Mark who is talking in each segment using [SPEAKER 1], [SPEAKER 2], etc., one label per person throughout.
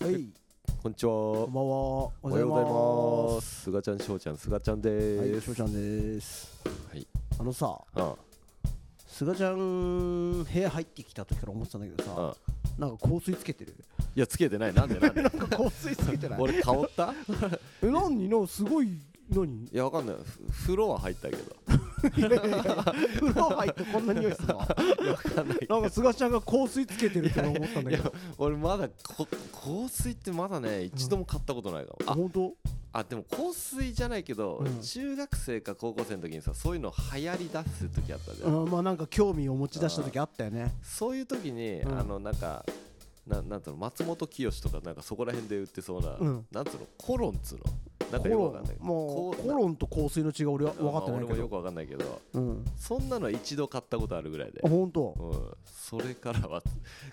[SPEAKER 1] はい、
[SPEAKER 2] こんにちは。
[SPEAKER 1] こんばんは。お
[SPEAKER 2] お
[SPEAKER 1] はようございます。
[SPEAKER 2] す。すがちゃん、しょうちゃん、すがちゃんで
[SPEAKER 1] はい、
[SPEAKER 2] す。
[SPEAKER 1] しょうちゃんです。
[SPEAKER 2] はい。
[SPEAKER 1] あのさ、
[SPEAKER 2] あ
[SPEAKER 1] すがちゃん、部屋入ってきた時から思ってたんだけど
[SPEAKER 2] あ、
[SPEAKER 1] さ、
[SPEAKER 2] ああ。
[SPEAKER 1] なんか香水つけてる。
[SPEAKER 2] いや、つけてない。なんでなんで
[SPEAKER 1] 香水つけてない。
[SPEAKER 2] 俺、香った
[SPEAKER 1] え、なんにの、すごい、な に。
[SPEAKER 2] いや、わかんない。ふ風呂は入ったけど。
[SPEAKER 1] 風呂入ってこんな匂いするの。 わかんない。なんかすがちゃんが香水つけてるって思ったんだけど。
[SPEAKER 2] 俺、まだこ、香水ってまだね、一度も買ったことないかも。
[SPEAKER 1] 本当。
[SPEAKER 2] あ、あでも香水じゃないけど、
[SPEAKER 1] うん
[SPEAKER 2] 中学生か高校生の時にさ、そういうの流行り出す時あったじゃん。
[SPEAKER 1] うん、まあ、なんか興味を持ち出した時あったよね。
[SPEAKER 2] そういう時に、
[SPEAKER 1] うん
[SPEAKER 2] あの、なんか、ななんつうの松本清とかなんかそこら辺で売ってそうな、
[SPEAKER 1] うん
[SPEAKER 2] なんつうのコロンっつうのなん
[SPEAKER 1] コ
[SPEAKER 2] かよく
[SPEAKER 1] ロ
[SPEAKER 2] わかんない
[SPEAKER 1] ン、もう
[SPEAKER 2] こう
[SPEAKER 1] コロンと香水の違い、俺は分かってないけ
[SPEAKER 2] まあ俺もよ
[SPEAKER 1] ど。
[SPEAKER 2] くわかんないけど
[SPEAKER 1] うん。
[SPEAKER 2] そんなの一度買ったことあるぐらいで
[SPEAKER 1] あ、、本当。
[SPEAKER 2] うん、それからは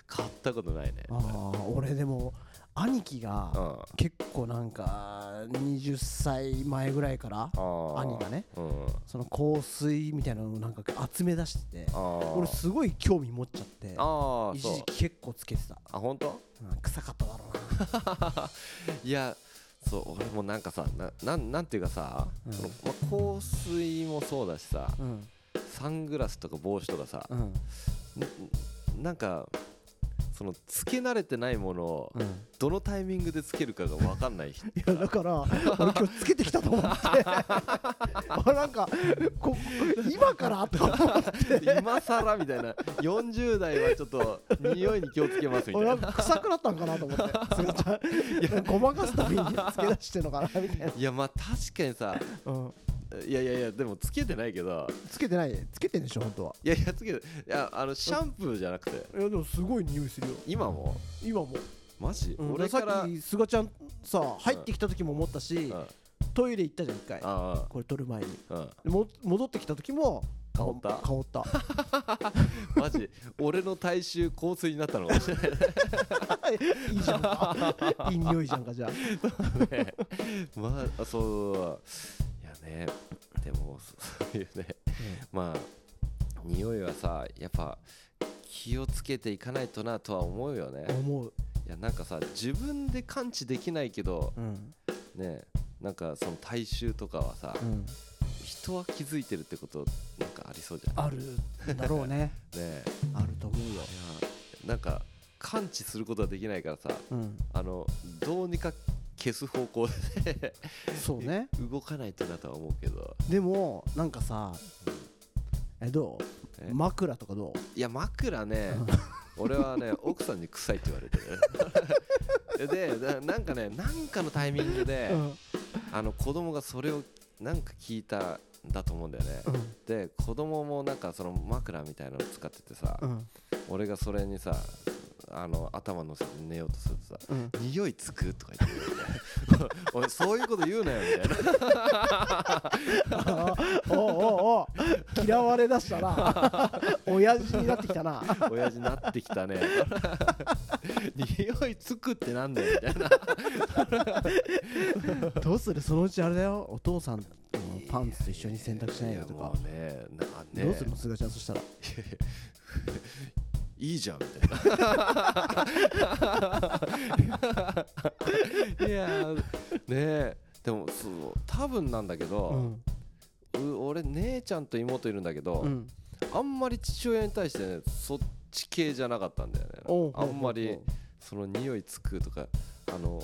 [SPEAKER 2] 買ったことないね
[SPEAKER 1] ああ俺でも兄貴
[SPEAKER 2] うん
[SPEAKER 1] が
[SPEAKER 2] あ
[SPEAKER 1] 結構なんか20歳前ぐらいから
[SPEAKER 2] ー
[SPEAKER 1] 兄がね
[SPEAKER 2] うん
[SPEAKER 1] その香水みたいなのをなんか集め出してて
[SPEAKER 2] あー
[SPEAKER 1] 俺すごい興味持っちゃって
[SPEAKER 2] あー
[SPEAKER 1] 一
[SPEAKER 2] そう
[SPEAKER 1] 時期結構つけてた、
[SPEAKER 2] あ本当
[SPEAKER 1] うん、臭かっただろ
[SPEAKER 2] いやそう俺もなんかさななんなんていうかさ、
[SPEAKER 1] うん
[SPEAKER 2] そのまあ、香水もそうだしさ
[SPEAKER 1] うなうん
[SPEAKER 2] サングラスとか帽子とかさ、
[SPEAKER 1] うん
[SPEAKER 2] んなんかそのつけ慣れてないものを
[SPEAKER 1] うん
[SPEAKER 2] どのタイミングでつけるかが分かんない人
[SPEAKER 1] いやだから俺今日つけてきたと思 ってあなんかこ今からと思って
[SPEAKER 2] 今更みたいな40代はちょっと匂いに気をつけますみたい
[SPEAKER 1] 俺
[SPEAKER 2] な
[SPEAKER 1] なんか臭くなったんかなと思ってすがちゃんなんかごまかすためにつけ出してんのかなみたいな、
[SPEAKER 2] いやまあ確かにさ
[SPEAKER 1] うん
[SPEAKER 2] いやいやいやでもつけてないけど
[SPEAKER 1] つけてないつけてんでしょ本当はい
[SPEAKER 2] やいやつけていやあのシャンプーじゃなくて
[SPEAKER 1] いやでもすごい匂いするよ
[SPEAKER 2] 今も
[SPEAKER 1] 今も、
[SPEAKER 2] マジ、
[SPEAKER 1] うん、
[SPEAKER 2] 俺
[SPEAKER 1] さ
[SPEAKER 2] から
[SPEAKER 1] っきすがちゃんさ入ってきた時も思ったし、
[SPEAKER 2] うんあ
[SPEAKER 1] トイレ行ったじゃん一回
[SPEAKER 2] あ
[SPEAKER 1] これ撮る前に
[SPEAKER 2] うん
[SPEAKER 1] でも戻ってきた時も
[SPEAKER 2] 香った
[SPEAKER 1] 香った
[SPEAKER 2] マジ俺の体臭香水になったのかもしれない
[SPEAKER 1] いいじゃんかいい匂いじゃんかじゃあ
[SPEAKER 2] ね まあそういやねでもそういうねまあ匂いはさやっぱ気をつけていかないとなとは思うよね
[SPEAKER 1] 思う、
[SPEAKER 2] いやなんかさ自分で感知できないけど
[SPEAKER 1] うん
[SPEAKER 2] ねなんかその体臭とかはさ
[SPEAKER 1] うん、
[SPEAKER 2] 人は気づいてるってことなんかありそうじゃんね
[SPEAKER 1] あるだろうね
[SPEAKER 2] え
[SPEAKER 1] あると思うよ
[SPEAKER 2] い、やなんか感知することはできないからさ
[SPEAKER 1] うん、
[SPEAKER 2] あのどうにか消す方向で
[SPEAKER 1] そうね
[SPEAKER 2] 動かないとなとは思うけど
[SPEAKER 1] でもなんかさえど
[SPEAKER 2] え
[SPEAKER 1] う枕とかどう
[SPEAKER 2] いや 枕ね俺はね奥さんに臭いって言われて るでななんかねなんかのタイミングで、
[SPEAKER 1] うん
[SPEAKER 2] あの子供がそれをなんか聞いたんだと思うんだよね、
[SPEAKER 1] うん
[SPEAKER 2] で子供もなんかその枕みたいなの使っててさ、
[SPEAKER 1] うん
[SPEAKER 2] 俺がそれにさあの頭乗せて寝ようとする とさ
[SPEAKER 1] うん
[SPEAKER 2] 「匂いつく?」とか言ってくるよねおいそういうこと言うなよみたいな
[SPEAKER 1] あ おおお嫌われだしたな 親父になってきたな
[SPEAKER 2] 親父なってきたね 匂いつくってなんだよみたいな
[SPEAKER 1] どうするそのうちあれだよお父さんのパンツと一緒に洗濯しないよと
[SPEAKER 2] や
[SPEAKER 1] か
[SPEAKER 2] もうねなね
[SPEAKER 1] どうするのすがちゃんそしたら
[SPEAKER 2] いいじゃんみたいないやーねえでもそう多分なんだけ
[SPEAKER 1] う
[SPEAKER 2] ど、
[SPEAKER 1] ん
[SPEAKER 2] う俺姉ちゃんと妹いるんだけど、
[SPEAKER 1] うん
[SPEAKER 2] あんまり父親に対してねそっち系じゃなかったんだよ
[SPEAKER 1] お
[SPEAKER 2] ね
[SPEAKER 1] う
[SPEAKER 2] あんまり
[SPEAKER 1] ほうほうほ
[SPEAKER 2] その匂いつくとかあの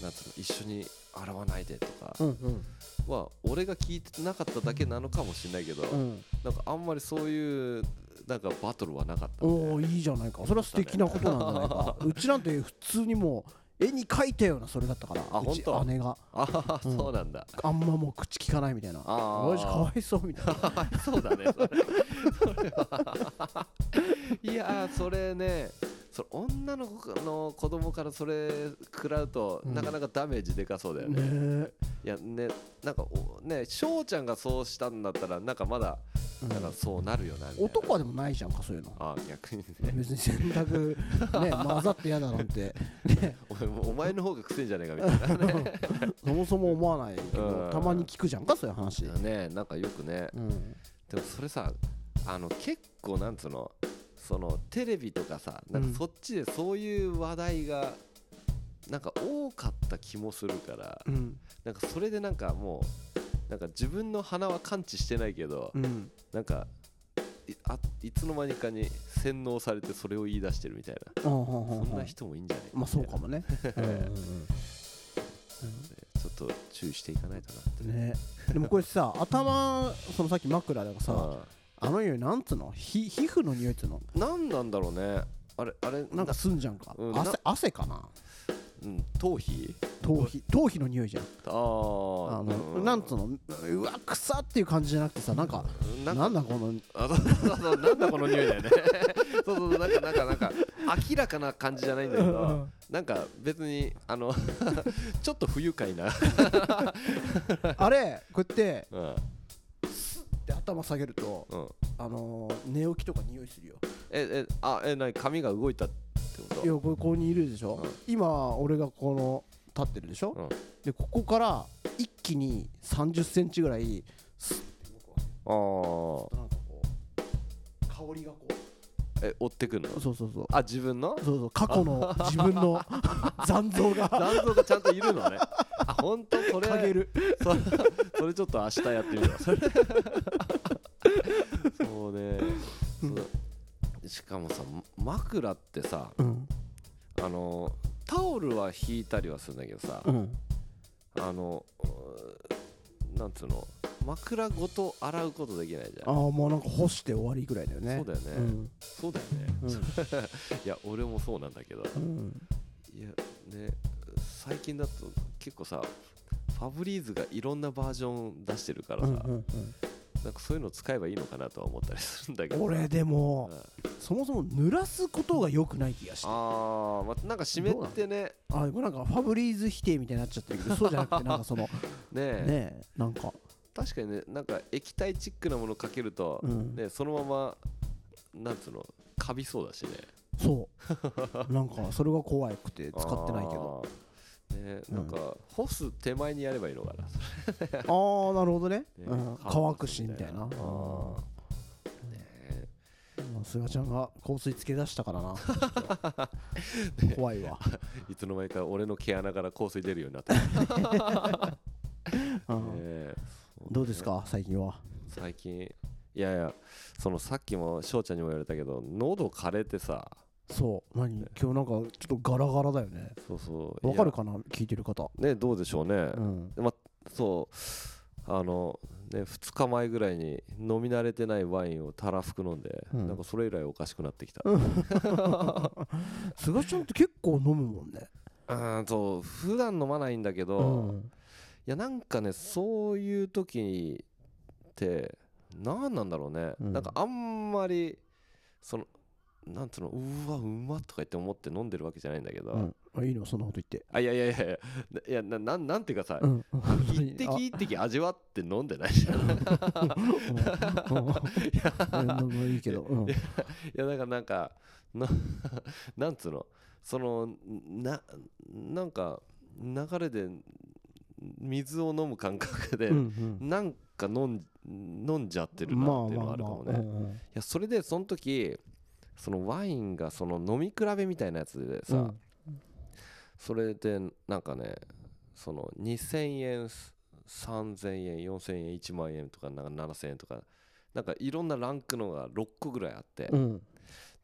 [SPEAKER 2] なんつうの一緒に洗わないでとか
[SPEAKER 1] うんうん
[SPEAKER 2] は俺が聞いてなかっただけなのかもしれないけど、
[SPEAKER 1] うん
[SPEAKER 2] なんかあんまりそういうなんかバトルはなかったんで
[SPEAKER 1] おおいいじゃないかそれは素敵なことなんじゃない かうちなんて普通にもう絵に描いたようなそれだったから
[SPEAKER 2] あ
[SPEAKER 1] うち
[SPEAKER 2] ほんと
[SPEAKER 1] 姉が
[SPEAKER 2] ああ、
[SPEAKER 1] うん
[SPEAKER 2] そうなんだ
[SPEAKER 1] あんまもう口聞かないみたいな
[SPEAKER 2] あー
[SPEAKER 1] マジかわいそうみたいな
[SPEAKER 2] そう だねそれそれはい やーそれねそれ女の子の子供からそれ食らうと、
[SPEAKER 1] うん
[SPEAKER 2] なかなかダメージでかそうだよね
[SPEAKER 1] ね
[SPEAKER 2] いやねなんかおね翔ちゃんがそうしたんだったらなんかまだ
[SPEAKER 1] え
[SPEAKER 2] なんかそうなるよなみたいな、
[SPEAKER 1] 男はでもないじゃんかそういうの
[SPEAKER 2] あー逆にね
[SPEAKER 1] 別に洗濯 ね混ざって嫌だなんて
[SPEAKER 2] お前お前の方がくせえんじゃねえかみたいな
[SPEAKER 1] そもそも思わないけ
[SPEAKER 2] う
[SPEAKER 1] ど
[SPEAKER 2] ん
[SPEAKER 1] たまに聞くじゃんかそういう話
[SPEAKER 2] ねなんかよくね
[SPEAKER 1] うん
[SPEAKER 2] でもそれさあの結構なんつうのそのテレビとかさなん
[SPEAKER 1] う
[SPEAKER 2] か
[SPEAKER 1] ん
[SPEAKER 2] そっちでそういう話題がなんか多かった気もするから
[SPEAKER 1] うん
[SPEAKER 2] なんかそれでなんかもうなんか自分の鼻は感知してないけど、
[SPEAKER 1] うん
[SPEAKER 2] なんかいあいつの間にかに洗脳されてそれを言い出してるみたいな
[SPEAKER 1] ああはあはあはあ
[SPEAKER 2] そんな人もいいんじゃない
[SPEAKER 1] まあそうか
[SPEAKER 2] も
[SPEAKER 1] も ねうんうんうん
[SPEAKER 2] ちょっと注意していかないとなって
[SPEAKER 1] うんねでもこれさ頭そのさっき枕だからさ
[SPEAKER 2] さ
[SPEAKER 1] あの匂いなんつうのひ皮膚の匂いっつうの
[SPEAKER 2] あ何なんだろうねあれあれ
[SPEAKER 1] なんかすんじゃんか
[SPEAKER 2] うんな
[SPEAKER 1] 汗汗かな
[SPEAKER 2] うん、頭皮
[SPEAKER 1] 頭皮頭皮の匂いじゃんあ
[SPEAKER 2] ああ
[SPEAKER 1] のなんつうのうわ草っていう感じじゃなくてさなんか
[SPEAKER 2] な
[SPEAKER 1] なんん
[SPEAKER 2] か
[SPEAKER 1] だこの
[SPEAKER 2] あそうそうそうなんだこの匂いだよね そうそうそうなんかなんかなんか明らかな感じじゃないんだけ
[SPEAKER 1] う
[SPEAKER 2] ど
[SPEAKER 1] ん
[SPEAKER 2] なんか別にあの ちょっと不愉快な、
[SPEAKER 1] あれこうやって
[SPEAKER 2] うん
[SPEAKER 1] で頭下げると
[SPEAKER 2] うん、
[SPEAKER 1] あのー寝起きとか匂いするよ
[SPEAKER 2] ええあえな髪が動いたってこと
[SPEAKER 1] いやここにいるでしょ、
[SPEAKER 2] うん
[SPEAKER 1] 今俺がこの立ってるでしょ、
[SPEAKER 2] うん
[SPEAKER 1] でここから一気に3 0ンチぐらいスッて動くわけ
[SPEAKER 2] あー
[SPEAKER 1] なんかこう香りがこ
[SPEAKER 2] え追ってくんの
[SPEAKER 1] うそうそうそう
[SPEAKER 2] あ自分の
[SPEAKER 1] そうそう過去の自分 の残像が
[SPEAKER 2] 残像がちゃんといるのねあ本当それ
[SPEAKER 1] かげる
[SPEAKER 2] それそれちょっと明日やってみようそれ そうねそうだしかもさ枕ってさ
[SPEAKER 1] うん
[SPEAKER 2] あのタオルは引いたりはするんだけどさ
[SPEAKER 1] うん
[SPEAKER 2] あのうーなんつうの枕ごと洗うことできないじ
[SPEAKER 1] あ
[SPEAKER 2] ゃ
[SPEAKER 1] あ
[SPEAKER 2] ん
[SPEAKER 1] もうなんか干して終わりぐらいだよね
[SPEAKER 2] そうだよね、
[SPEAKER 1] うん
[SPEAKER 2] そうだよね
[SPEAKER 1] うん
[SPEAKER 2] いや俺もそうなんだけど
[SPEAKER 1] うん
[SPEAKER 2] いやね最近だと結構さファブリーズがいろんなバージョン出してるから
[SPEAKER 1] う
[SPEAKER 2] さ、
[SPEAKER 1] んうん
[SPEAKER 2] なんかそういうの使えばいいのかなとは思ったりするんだけ
[SPEAKER 1] う
[SPEAKER 2] ど
[SPEAKER 1] ん俺
[SPEAKER 2] で
[SPEAKER 1] でも
[SPEAKER 2] あ
[SPEAKER 1] そもそも濡らすことが良くない気がして
[SPEAKER 2] あー、まあ、なんか湿ってね
[SPEAKER 1] あこれなんかファブリーズ否定みたいになっちゃってるけどそうじゃなくてなんかそのね
[SPEAKER 2] ねえ
[SPEAKER 1] えなんか
[SPEAKER 2] 確かにねなんか液体チックなものかけると、
[SPEAKER 1] うん
[SPEAKER 2] ね、そのままなんつうのカビそうだしね
[SPEAKER 1] そう なんかそれが怖くて使ってないけど
[SPEAKER 2] あーねなんか、干す手前にやればいいのかな
[SPEAKER 1] ああーなるほどね
[SPEAKER 2] ね
[SPEAKER 1] うん乾くしみたいな
[SPEAKER 2] 乾くしみたいな
[SPEAKER 1] あ
[SPEAKER 2] ねね
[SPEAKER 1] あすがちゃんが香水つけ出したからな 怖いわ
[SPEAKER 2] いつの間にか俺の毛穴から香水出るようになった、ね
[SPEAKER 1] うん
[SPEAKER 2] えそうね
[SPEAKER 1] どうですか最近は
[SPEAKER 2] 最近いやいやそのさっきも翔ちゃんにも言われたけど喉枯れてさ
[SPEAKER 1] そう何今日なんかちょっとガラガラだよね
[SPEAKER 2] そうそう
[SPEAKER 1] わかる
[SPEAKER 2] い
[SPEAKER 1] かな聞いてる方
[SPEAKER 2] やねどうでしょうね、
[SPEAKER 1] うん
[SPEAKER 2] そうあのね2日前ぐらいに飲み慣れてないワインをたらふく飲んで、
[SPEAKER 1] うん
[SPEAKER 2] なんかそれ以来おかしくなってきた、
[SPEAKER 1] すがちゃんって結構飲むもんね
[SPEAKER 2] うん、そう普段飲まないんだけど、いやなんかねそういう時って何なんだろうね、
[SPEAKER 1] うん
[SPEAKER 2] なんかあんまりそのなんつうのうわうまとか言って思って飲んでるわけじゃないんだけど、
[SPEAKER 1] うんあいいのそんなこと言って
[SPEAKER 2] あいやいやいやいやないやななんなんていうかさ、
[SPEAKER 1] うん
[SPEAKER 2] 一滴一滴味わって飲んでないじゃんい
[SPEAKER 1] うんうんいいけど、うん、
[SPEAKER 2] やだからなんかな なんつうのそのななんか流れで水を飲む感覚で、
[SPEAKER 1] うん
[SPEAKER 2] なんか飲ん飲んじゃって
[SPEAKER 1] う
[SPEAKER 2] る
[SPEAKER 1] んま
[SPEAKER 2] な
[SPEAKER 1] あ
[SPEAKER 2] っていうの
[SPEAKER 1] ま
[SPEAKER 2] は
[SPEAKER 1] あ
[SPEAKER 2] あるかもね、
[SPEAKER 1] まあ、う
[SPEAKER 2] い
[SPEAKER 1] んうん
[SPEAKER 2] やそれでその時そのワインがその飲み比べみたいなやつでさ、
[SPEAKER 1] うん
[SPEAKER 2] それでなんかねその2000円す3000円4000円1万円とかなんか7000円とかなんかいろんなランクのが6個ぐらいあって、
[SPEAKER 1] うん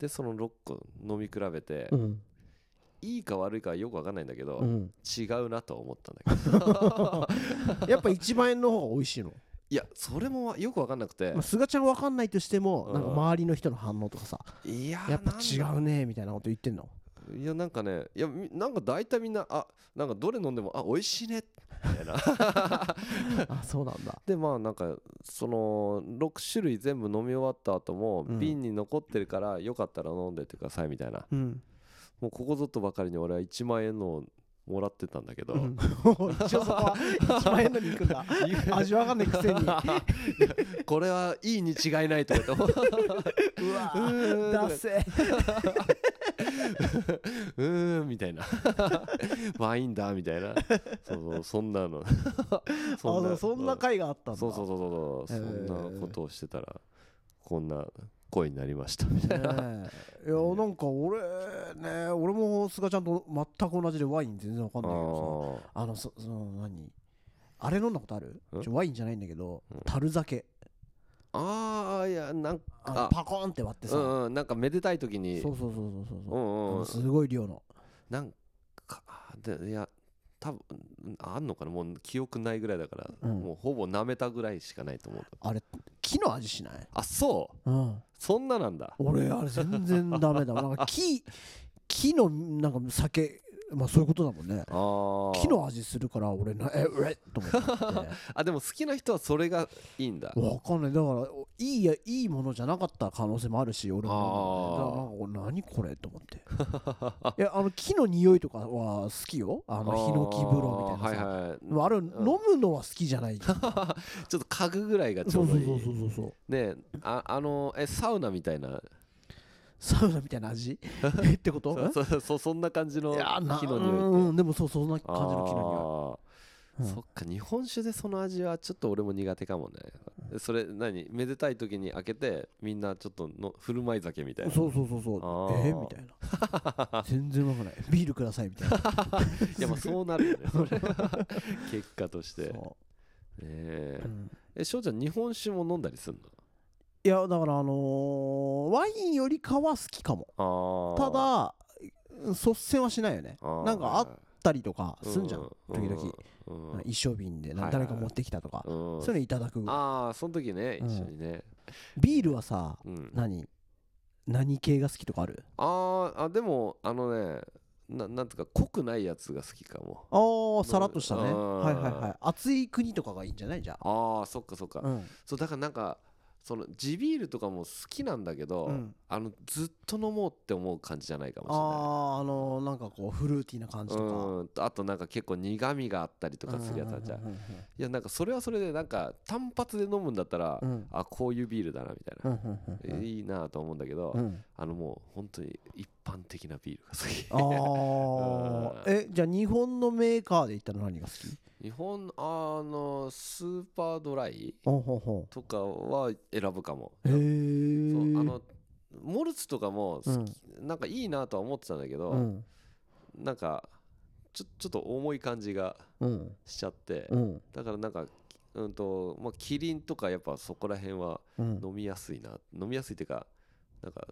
[SPEAKER 2] でその6個飲み比べて、
[SPEAKER 1] うん
[SPEAKER 2] いいか悪いかはよくわかんないんだけど、
[SPEAKER 1] うん、
[SPEAKER 2] 違うなとは思ったんだ けど
[SPEAKER 1] やっぱ1万円の方が美味しい の、
[SPEAKER 2] いやそれもよくわかんなくて
[SPEAKER 1] まあ、菅ちゃん分かんないとしても
[SPEAKER 2] うん
[SPEAKER 1] なんか周りの人の反応とかさ
[SPEAKER 2] いや
[SPEAKER 1] やっぱ
[SPEAKER 2] なん
[SPEAKER 1] 違うねみたいなこと言ってんの
[SPEAKER 2] いやなんかねいやみなんか大体みんなあなんかどれ飲んでもあ美味しいねみたいな
[SPEAKER 1] あそうなんだ
[SPEAKER 2] でまあなんかその6種類全部飲み終わった後も、
[SPEAKER 1] うん
[SPEAKER 2] 瓶に残ってるからよかったら飲んでってくださいみたいな
[SPEAKER 1] うん、
[SPEAKER 2] もうここぞとばかりに俺は1万円のをもらってたんだけど、
[SPEAKER 1] うん一応そこは1万円のに行くん だ味わかんないくせにうわ
[SPEAKER 2] これはいいに違いないとかって 思ってーん
[SPEAKER 1] ダセー
[SPEAKER 2] うーんみたいな ワインだみたいなそうそうそんなの
[SPEAKER 1] そんなそんな
[SPEAKER 2] う
[SPEAKER 1] 回があったんだ
[SPEAKER 2] そうそうそうそう、
[SPEAKER 1] へー
[SPEAKER 2] そんなことをしてたらこんな声になりましたみたいな、
[SPEAKER 1] ねえいやなんか俺ね俺も菅ちゃんと全く同じでワイン全然わかんないけどさあのそその何あれ飲んだことある
[SPEAKER 2] ん
[SPEAKER 1] ちょワインじゃないんだけど
[SPEAKER 2] うん
[SPEAKER 1] 樽酒
[SPEAKER 2] あーあーいやなんか
[SPEAKER 1] あの
[SPEAKER 2] あ
[SPEAKER 1] パコーンって割ってさ
[SPEAKER 2] うんうん、なんかめでたい時に
[SPEAKER 1] そうそうそうそうそう
[SPEAKER 2] う
[SPEAKER 1] そう、あ
[SPEAKER 2] んう
[SPEAKER 1] の
[SPEAKER 2] ん
[SPEAKER 1] すごい量の
[SPEAKER 2] なんかあーでいや多分あんのかなもう記憶ないぐらいだから、
[SPEAKER 1] うん
[SPEAKER 2] もうほぼ舐めたぐらいしかないと思う
[SPEAKER 1] あれ木の味しない、
[SPEAKER 2] あそう
[SPEAKER 1] うん、
[SPEAKER 2] そんななんだ
[SPEAKER 1] 俺あれ全然ダメだわ なんか木木のなんか酒まあそういうことだもんね
[SPEAKER 2] あー
[SPEAKER 1] 木の味するから俺なええと思って
[SPEAKER 2] あでも好きな人はそれがいいんだ
[SPEAKER 1] わかんないだからおいいやいいものじゃなかった可能性もあるし俺
[SPEAKER 2] あ
[SPEAKER 1] もねだからなんかこれ何これと思って いやあの木の匂いとかは好きよあのヒノキ風呂みたいな
[SPEAKER 2] あ
[SPEAKER 1] さ
[SPEAKER 2] ーはいはい
[SPEAKER 1] でもあれ飲むのは好きじゃ ない
[SPEAKER 2] ちょっと家具ぐらいがち
[SPEAKER 1] そ
[SPEAKER 2] ょ
[SPEAKER 1] う
[SPEAKER 2] う
[SPEAKER 1] そ
[SPEAKER 2] ど
[SPEAKER 1] う
[SPEAKER 2] いい
[SPEAKER 1] そうそうそうそう
[SPEAKER 2] ねああのえサウナみたいな
[SPEAKER 1] サウナみたいな 味ってこと
[SPEAKER 2] そそそそんな感じの
[SPEAKER 1] いやな
[SPEAKER 2] 木の
[SPEAKER 1] う
[SPEAKER 2] 匂いって
[SPEAKER 1] んでもそうそんな感じの木の
[SPEAKER 2] あ
[SPEAKER 1] う
[SPEAKER 2] ー
[SPEAKER 1] ん
[SPEAKER 2] そっか日本酒でその味はちょっと俺も苦手かもねそれ何めでたい時に開けてみんなちょっとの振る舞い酒みたい
[SPEAKER 1] 匂い
[SPEAKER 2] な
[SPEAKER 1] そうそうそうそう
[SPEAKER 2] あー
[SPEAKER 1] えみたいな 全然わかんないビールくださいみたいない
[SPEAKER 2] やまあそうなるよねそれ は結果としてね
[SPEAKER 1] そ
[SPEAKER 2] え
[SPEAKER 1] ううん
[SPEAKER 2] え翔ちゃん日本酒も飲んだりする
[SPEAKER 1] いやだからあのーワインよりかは好きかも
[SPEAKER 2] の
[SPEAKER 1] ただ率先はしないよね
[SPEAKER 2] あー
[SPEAKER 1] なんかあったりとかすんじゃん、
[SPEAKER 2] う
[SPEAKER 1] 時々
[SPEAKER 2] うん
[SPEAKER 1] なんか一升瓶でな
[SPEAKER 2] はいはいはい
[SPEAKER 1] 誰か持ってきたとか、
[SPEAKER 2] うん
[SPEAKER 1] そういうのいただく
[SPEAKER 2] ああその時ね
[SPEAKER 1] うん
[SPEAKER 2] 一緒にね、
[SPEAKER 1] ビールはさ
[SPEAKER 2] うん、
[SPEAKER 1] 何何系が好きとかある
[SPEAKER 2] あーあでもあのねななんとか濃くないやつが好きかも
[SPEAKER 1] あーさらっとしたね
[SPEAKER 2] う
[SPEAKER 1] は
[SPEAKER 2] ん
[SPEAKER 1] いはいはい暑い国とかがいいんじゃないじゃあ
[SPEAKER 2] あーそっかそっか、
[SPEAKER 1] うん
[SPEAKER 2] そうだからなんかその地ビールとかも好きなんだけど、
[SPEAKER 1] うん
[SPEAKER 2] あのずっと飲もうって思う感じじゃないかもしれない
[SPEAKER 1] あーあのーなんかこうフルーティーな感じとか、
[SPEAKER 2] うんあとなんか結構苦味があったりとかするやつあるじゃん
[SPEAKER 1] うんうん
[SPEAKER 2] いやなんかそれはそれでなんか単発で飲むんだったら、
[SPEAKER 1] うん
[SPEAKER 2] あこういうビールだなみたい
[SPEAKER 1] うんう
[SPEAKER 2] な、
[SPEAKER 1] んうんうん
[SPEAKER 2] いいなと思うんだけど、
[SPEAKER 1] うんうん
[SPEAKER 2] あのもう本当に一般的なビールが好き
[SPEAKER 1] あー えじゃあ日本のメーカーで言ったら何が好き
[SPEAKER 2] 日本あのスーパードライ
[SPEAKER 1] ほんほんほ
[SPEAKER 2] とかは選ぶかも、
[SPEAKER 1] んへ
[SPEAKER 2] そう
[SPEAKER 1] え
[SPEAKER 2] あのモルツとかも好き、なんかいいなとは思ってたんだけど、
[SPEAKER 1] うん
[SPEAKER 2] なんかちょちょっと重い感じが
[SPEAKER 1] うん
[SPEAKER 2] しちゃって、
[SPEAKER 1] うん
[SPEAKER 2] だからなんかうんとまあキリンとかやっぱそこら辺は
[SPEAKER 1] うん
[SPEAKER 2] 飲みやすいな、飲みやすいっていうかなんか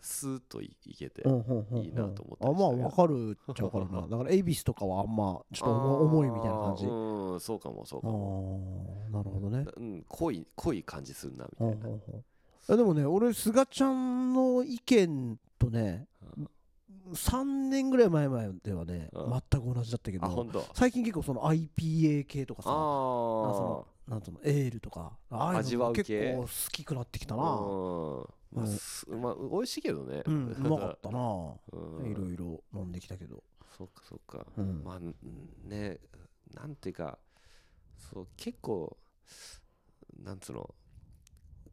[SPEAKER 2] スーッといいけて、
[SPEAKER 1] うんうんうんうん
[SPEAKER 2] いいなと思った
[SPEAKER 1] あ
[SPEAKER 2] り
[SPEAKER 1] まあ
[SPEAKER 2] したけど
[SPEAKER 1] わかるっちゃわかる なだから恵比寿とかはあんまちょっと重重いみたいな感じ
[SPEAKER 2] あ
[SPEAKER 1] あ
[SPEAKER 2] ーうんそうかもそうかも、
[SPEAKER 1] ーなるほどね
[SPEAKER 2] うん、濃い濃い感じするなみた
[SPEAKER 1] ほ
[SPEAKER 2] い
[SPEAKER 1] ん
[SPEAKER 2] な、
[SPEAKER 1] ほんほんえでもね俺すがちゃんの意見とね
[SPEAKER 2] うん
[SPEAKER 1] 3年ぐらい前まではね
[SPEAKER 2] うん
[SPEAKER 1] 全く同じだったけ
[SPEAKER 2] あ
[SPEAKER 1] ど
[SPEAKER 2] 本当
[SPEAKER 1] 最近結構その IPA 系とかさあ
[SPEAKER 2] あ
[SPEAKER 1] そのなんつうのエールとかああい
[SPEAKER 2] 味
[SPEAKER 1] う
[SPEAKER 2] わ
[SPEAKER 1] の
[SPEAKER 2] う
[SPEAKER 1] 結
[SPEAKER 2] 系
[SPEAKER 1] 構好きくなってきた
[SPEAKER 2] あ
[SPEAKER 1] な
[SPEAKER 2] うんまあ、すまあ美味しいけどね
[SPEAKER 1] うんうまかったな
[SPEAKER 2] うん
[SPEAKER 1] いろいろ飲んできたけど
[SPEAKER 2] そっかそっか、
[SPEAKER 1] うん
[SPEAKER 2] まあんねなんていうかそう結構なんつうの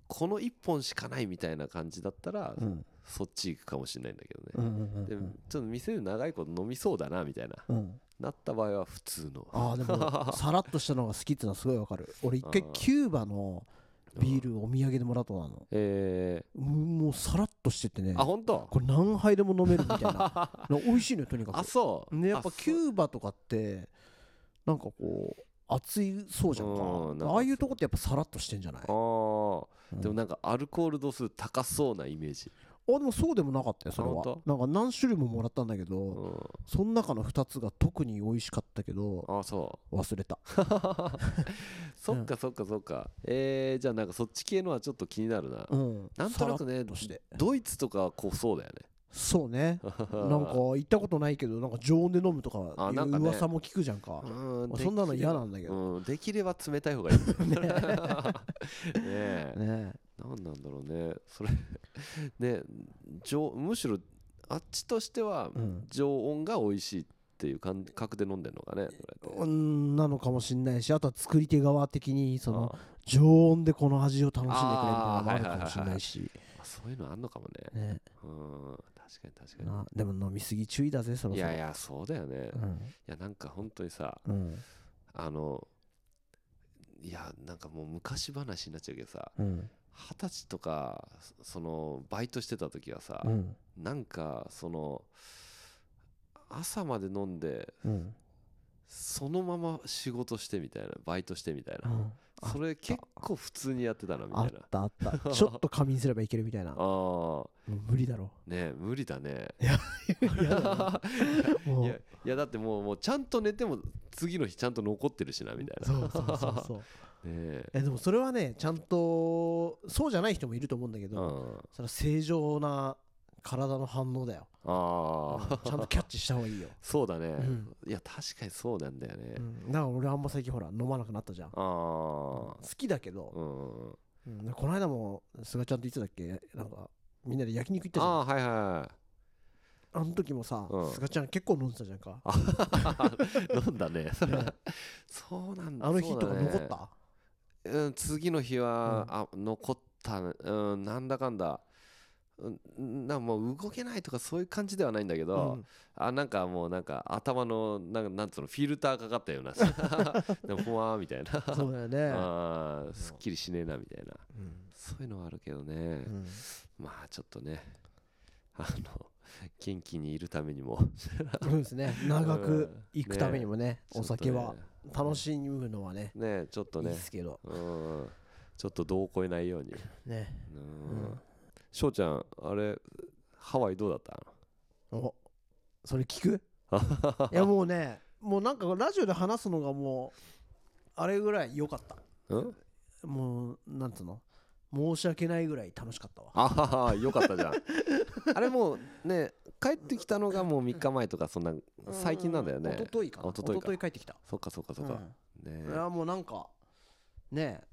[SPEAKER 2] この一本しかないみたいな感じだったら、
[SPEAKER 1] うん
[SPEAKER 2] そっち行くかもしれないんだけどね、
[SPEAKER 1] うんうんうん
[SPEAKER 2] でちょっと店で長いこと飲みそうだなみたいな
[SPEAKER 1] うんうん
[SPEAKER 2] なった場合は普通の
[SPEAKER 1] ああで もさらっとしたのが好きってのはすごいわかる俺一回
[SPEAKER 2] あー
[SPEAKER 1] キューバのビールをお土産でもらったことあるの
[SPEAKER 2] え
[SPEAKER 1] うんもうさらっとしててね
[SPEAKER 2] ー、あ本当
[SPEAKER 1] これ何杯でも飲めるみたい なな美味しいのよとにか
[SPEAKER 2] あ
[SPEAKER 1] く
[SPEAKER 2] そう
[SPEAKER 1] ねやっぱ
[SPEAKER 2] あそう
[SPEAKER 1] キューバとかってなんかこう熱いそうじゃん
[SPEAKER 2] うんな
[SPEAKER 1] か
[SPEAKER 2] んか
[SPEAKER 1] ああいうとこってやっぱさらっとしてんじゃない
[SPEAKER 2] あー
[SPEAKER 1] うん
[SPEAKER 2] でもなんかアルコール度数高そうなイメージ、
[SPEAKER 1] あでもそうでもなかったよそれ
[SPEAKER 2] あ
[SPEAKER 1] は
[SPEAKER 2] 本
[SPEAKER 1] なんか何種類ももらったんだけ
[SPEAKER 2] う
[SPEAKER 1] ど
[SPEAKER 2] ん、
[SPEAKER 1] その中の2つが特に美味しかったけど
[SPEAKER 2] あそう
[SPEAKER 1] 忘れた
[SPEAKER 2] そっかそっかそっか、えー、じゃあなんかそっち系のはちょっと気になるな、
[SPEAKER 1] うん
[SPEAKER 2] なんとなく
[SPEAKER 1] さ
[SPEAKER 2] ね
[SPEAKER 1] らっとして
[SPEAKER 2] ドイツとかはこうそうだよね
[SPEAKER 1] そうねなんか行ったことないけどなんか常温で飲むとか
[SPEAKER 2] あ
[SPEAKER 1] い
[SPEAKER 2] なんか
[SPEAKER 1] う
[SPEAKER 2] ね
[SPEAKER 1] 噂も聞くじゃんか
[SPEAKER 2] う
[SPEAKER 1] そんなの嫌
[SPEAKER 2] な
[SPEAKER 1] なんだけど
[SPEAKER 2] うん、できれば冷たい方が いい ねえ
[SPEAKER 1] ね
[SPEAKER 2] 何なんだろうねそれね常むしろあっちとしては
[SPEAKER 1] うん
[SPEAKER 2] 常温が美味しいっていう感覚で飲んでるのかねそれって
[SPEAKER 1] うんなのかもしんないしあとは作り手側的にその
[SPEAKER 2] あ
[SPEAKER 1] 常温でこの味を楽しんでくれみたいなのもあるかもしんないし
[SPEAKER 2] あそういうのあんのかもね
[SPEAKER 1] ね
[SPEAKER 2] うん確かに確かに
[SPEAKER 1] なでも飲みすぎ注意だぜそろ
[SPEAKER 2] い
[SPEAKER 1] そろ
[SPEAKER 2] やいやそうだよね、
[SPEAKER 1] う
[SPEAKER 2] い
[SPEAKER 1] ん
[SPEAKER 2] やなんか本当にさ
[SPEAKER 1] うん
[SPEAKER 2] あのいやなんかもう昔話になっちゃうけどさ
[SPEAKER 1] うん
[SPEAKER 2] 二十歳とかそそのバイトしてた時はさ、
[SPEAKER 1] うん
[SPEAKER 2] なんかその朝まで飲んで
[SPEAKER 1] うん
[SPEAKER 2] そのまま仕事してみたいなバイトしてみたいな、
[SPEAKER 1] うんあ
[SPEAKER 2] それ結構普通にやってたなみた
[SPEAKER 1] あ
[SPEAKER 2] い
[SPEAKER 1] っ
[SPEAKER 2] な
[SPEAKER 1] たあったちょっと仮眠すればいけるみたいな
[SPEAKER 2] あ
[SPEAKER 1] も
[SPEAKER 2] ー
[SPEAKER 1] う無理だろ
[SPEAKER 2] ね無理だね
[SPEAKER 1] 嫌だなも
[SPEAKER 2] いうやいやだってもうもうちゃんと寝ても次の日ちゃんと残ってるしなみたいな
[SPEAKER 1] そうそうそうそう
[SPEAKER 2] ねえ
[SPEAKER 1] えでもそれはねちゃんとそうじゃない人もいると思うんだけ
[SPEAKER 2] う
[SPEAKER 1] ど、
[SPEAKER 2] ん
[SPEAKER 1] それは正常な体の反応だよ
[SPEAKER 2] ああ
[SPEAKER 1] ちゃんとキャッチした方がいい よ、
[SPEAKER 2] そうだね、
[SPEAKER 1] ん
[SPEAKER 2] いや確かにそうなんだよね、
[SPEAKER 1] うん、だから俺あんま最近ほら飲まなくなったじゃん
[SPEAKER 2] ああ
[SPEAKER 1] 好きだけど、
[SPEAKER 2] うん
[SPEAKER 1] うんこの間も菅ちゃんといつだっけなんかみんなで焼肉行った
[SPEAKER 2] あ
[SPEAKER 1] じゃんあ
[SPEAKER 2] あはいは
[SPEAKER 1] の時もさ、
[SPEAKER 2] うん
[SPEAKER 1] 菅ちゃん結構飲んでたじゃんか
[SPEAKER 2] い はい飲んだね
[SPEAKER 1] ね
[SPEAKER 2] そうなんだ
[SPEAKER 1] あの日と
[SPEAKER 2] そ
[SPEAKER 1] か
[SPEAKER 2] うだね
[SPEAKER 1] 残った、
[SPEAKER 2] うん、次の日は、あ残った、うん、なんだかんだ、うん、なんかもう動けないとかそういう感じではないんだけど、
[SPEAKER 1] うん
[SPEAKER 2] あなんかもうなんか頭のなんなんつうのフィルターかかったよう ななんかふわーみたいな
[SPEAKER 1] そうだよね、
[SPEAKER 2] あーすっきりしねえなみたいな
[SPEAKER 1] うん
[SPEAKER 2] そういうのはあるけどね、
[SPEAKER 1] うん
[SPEAKER 2] まあちょっとねあの 元気にいるためにも
[SPEAKER 1] そうですね長く行くためにもね
[SPEAKER 2] ちょ
[SPEAKER 1] お
[SPEAKER 2] っと
[SPEAKER 1] 酒は楽しむのはね
[SPEAKER 2] ねねちょっと
[SPEAKER 1] いい
[SPEAKER 2] ね
[SPEAKER 1] ですけど
[SPEAKER 2] うんちょっと度を超えないように
[SPEAKER 1] ね
[SPEAKER 2] うん翔ちゃんあれハワイどうだった
[SPEAKER 1] おそれ聞 くいやもうねもうなんかラジオで話すのがもうあれぐらい良かった
[SPEAKER 2] うん
[SPEAKER 1] もうなんつうの申し訳ないぐらい楽しかったわ
[SPEAKER 2] あははよかったじゃん あれもうね帰ってきたのがもう3日前とかそんな最近なんだよね
[SPEAKER 1] う一昨日かな
[SPEAKER 2] 一昨日か
[SPEAKER 1] 帰ってきた
[SPEAKER 2] そっかそっかそっかね
[SPEAKER 1] うんいやもうなんかねえ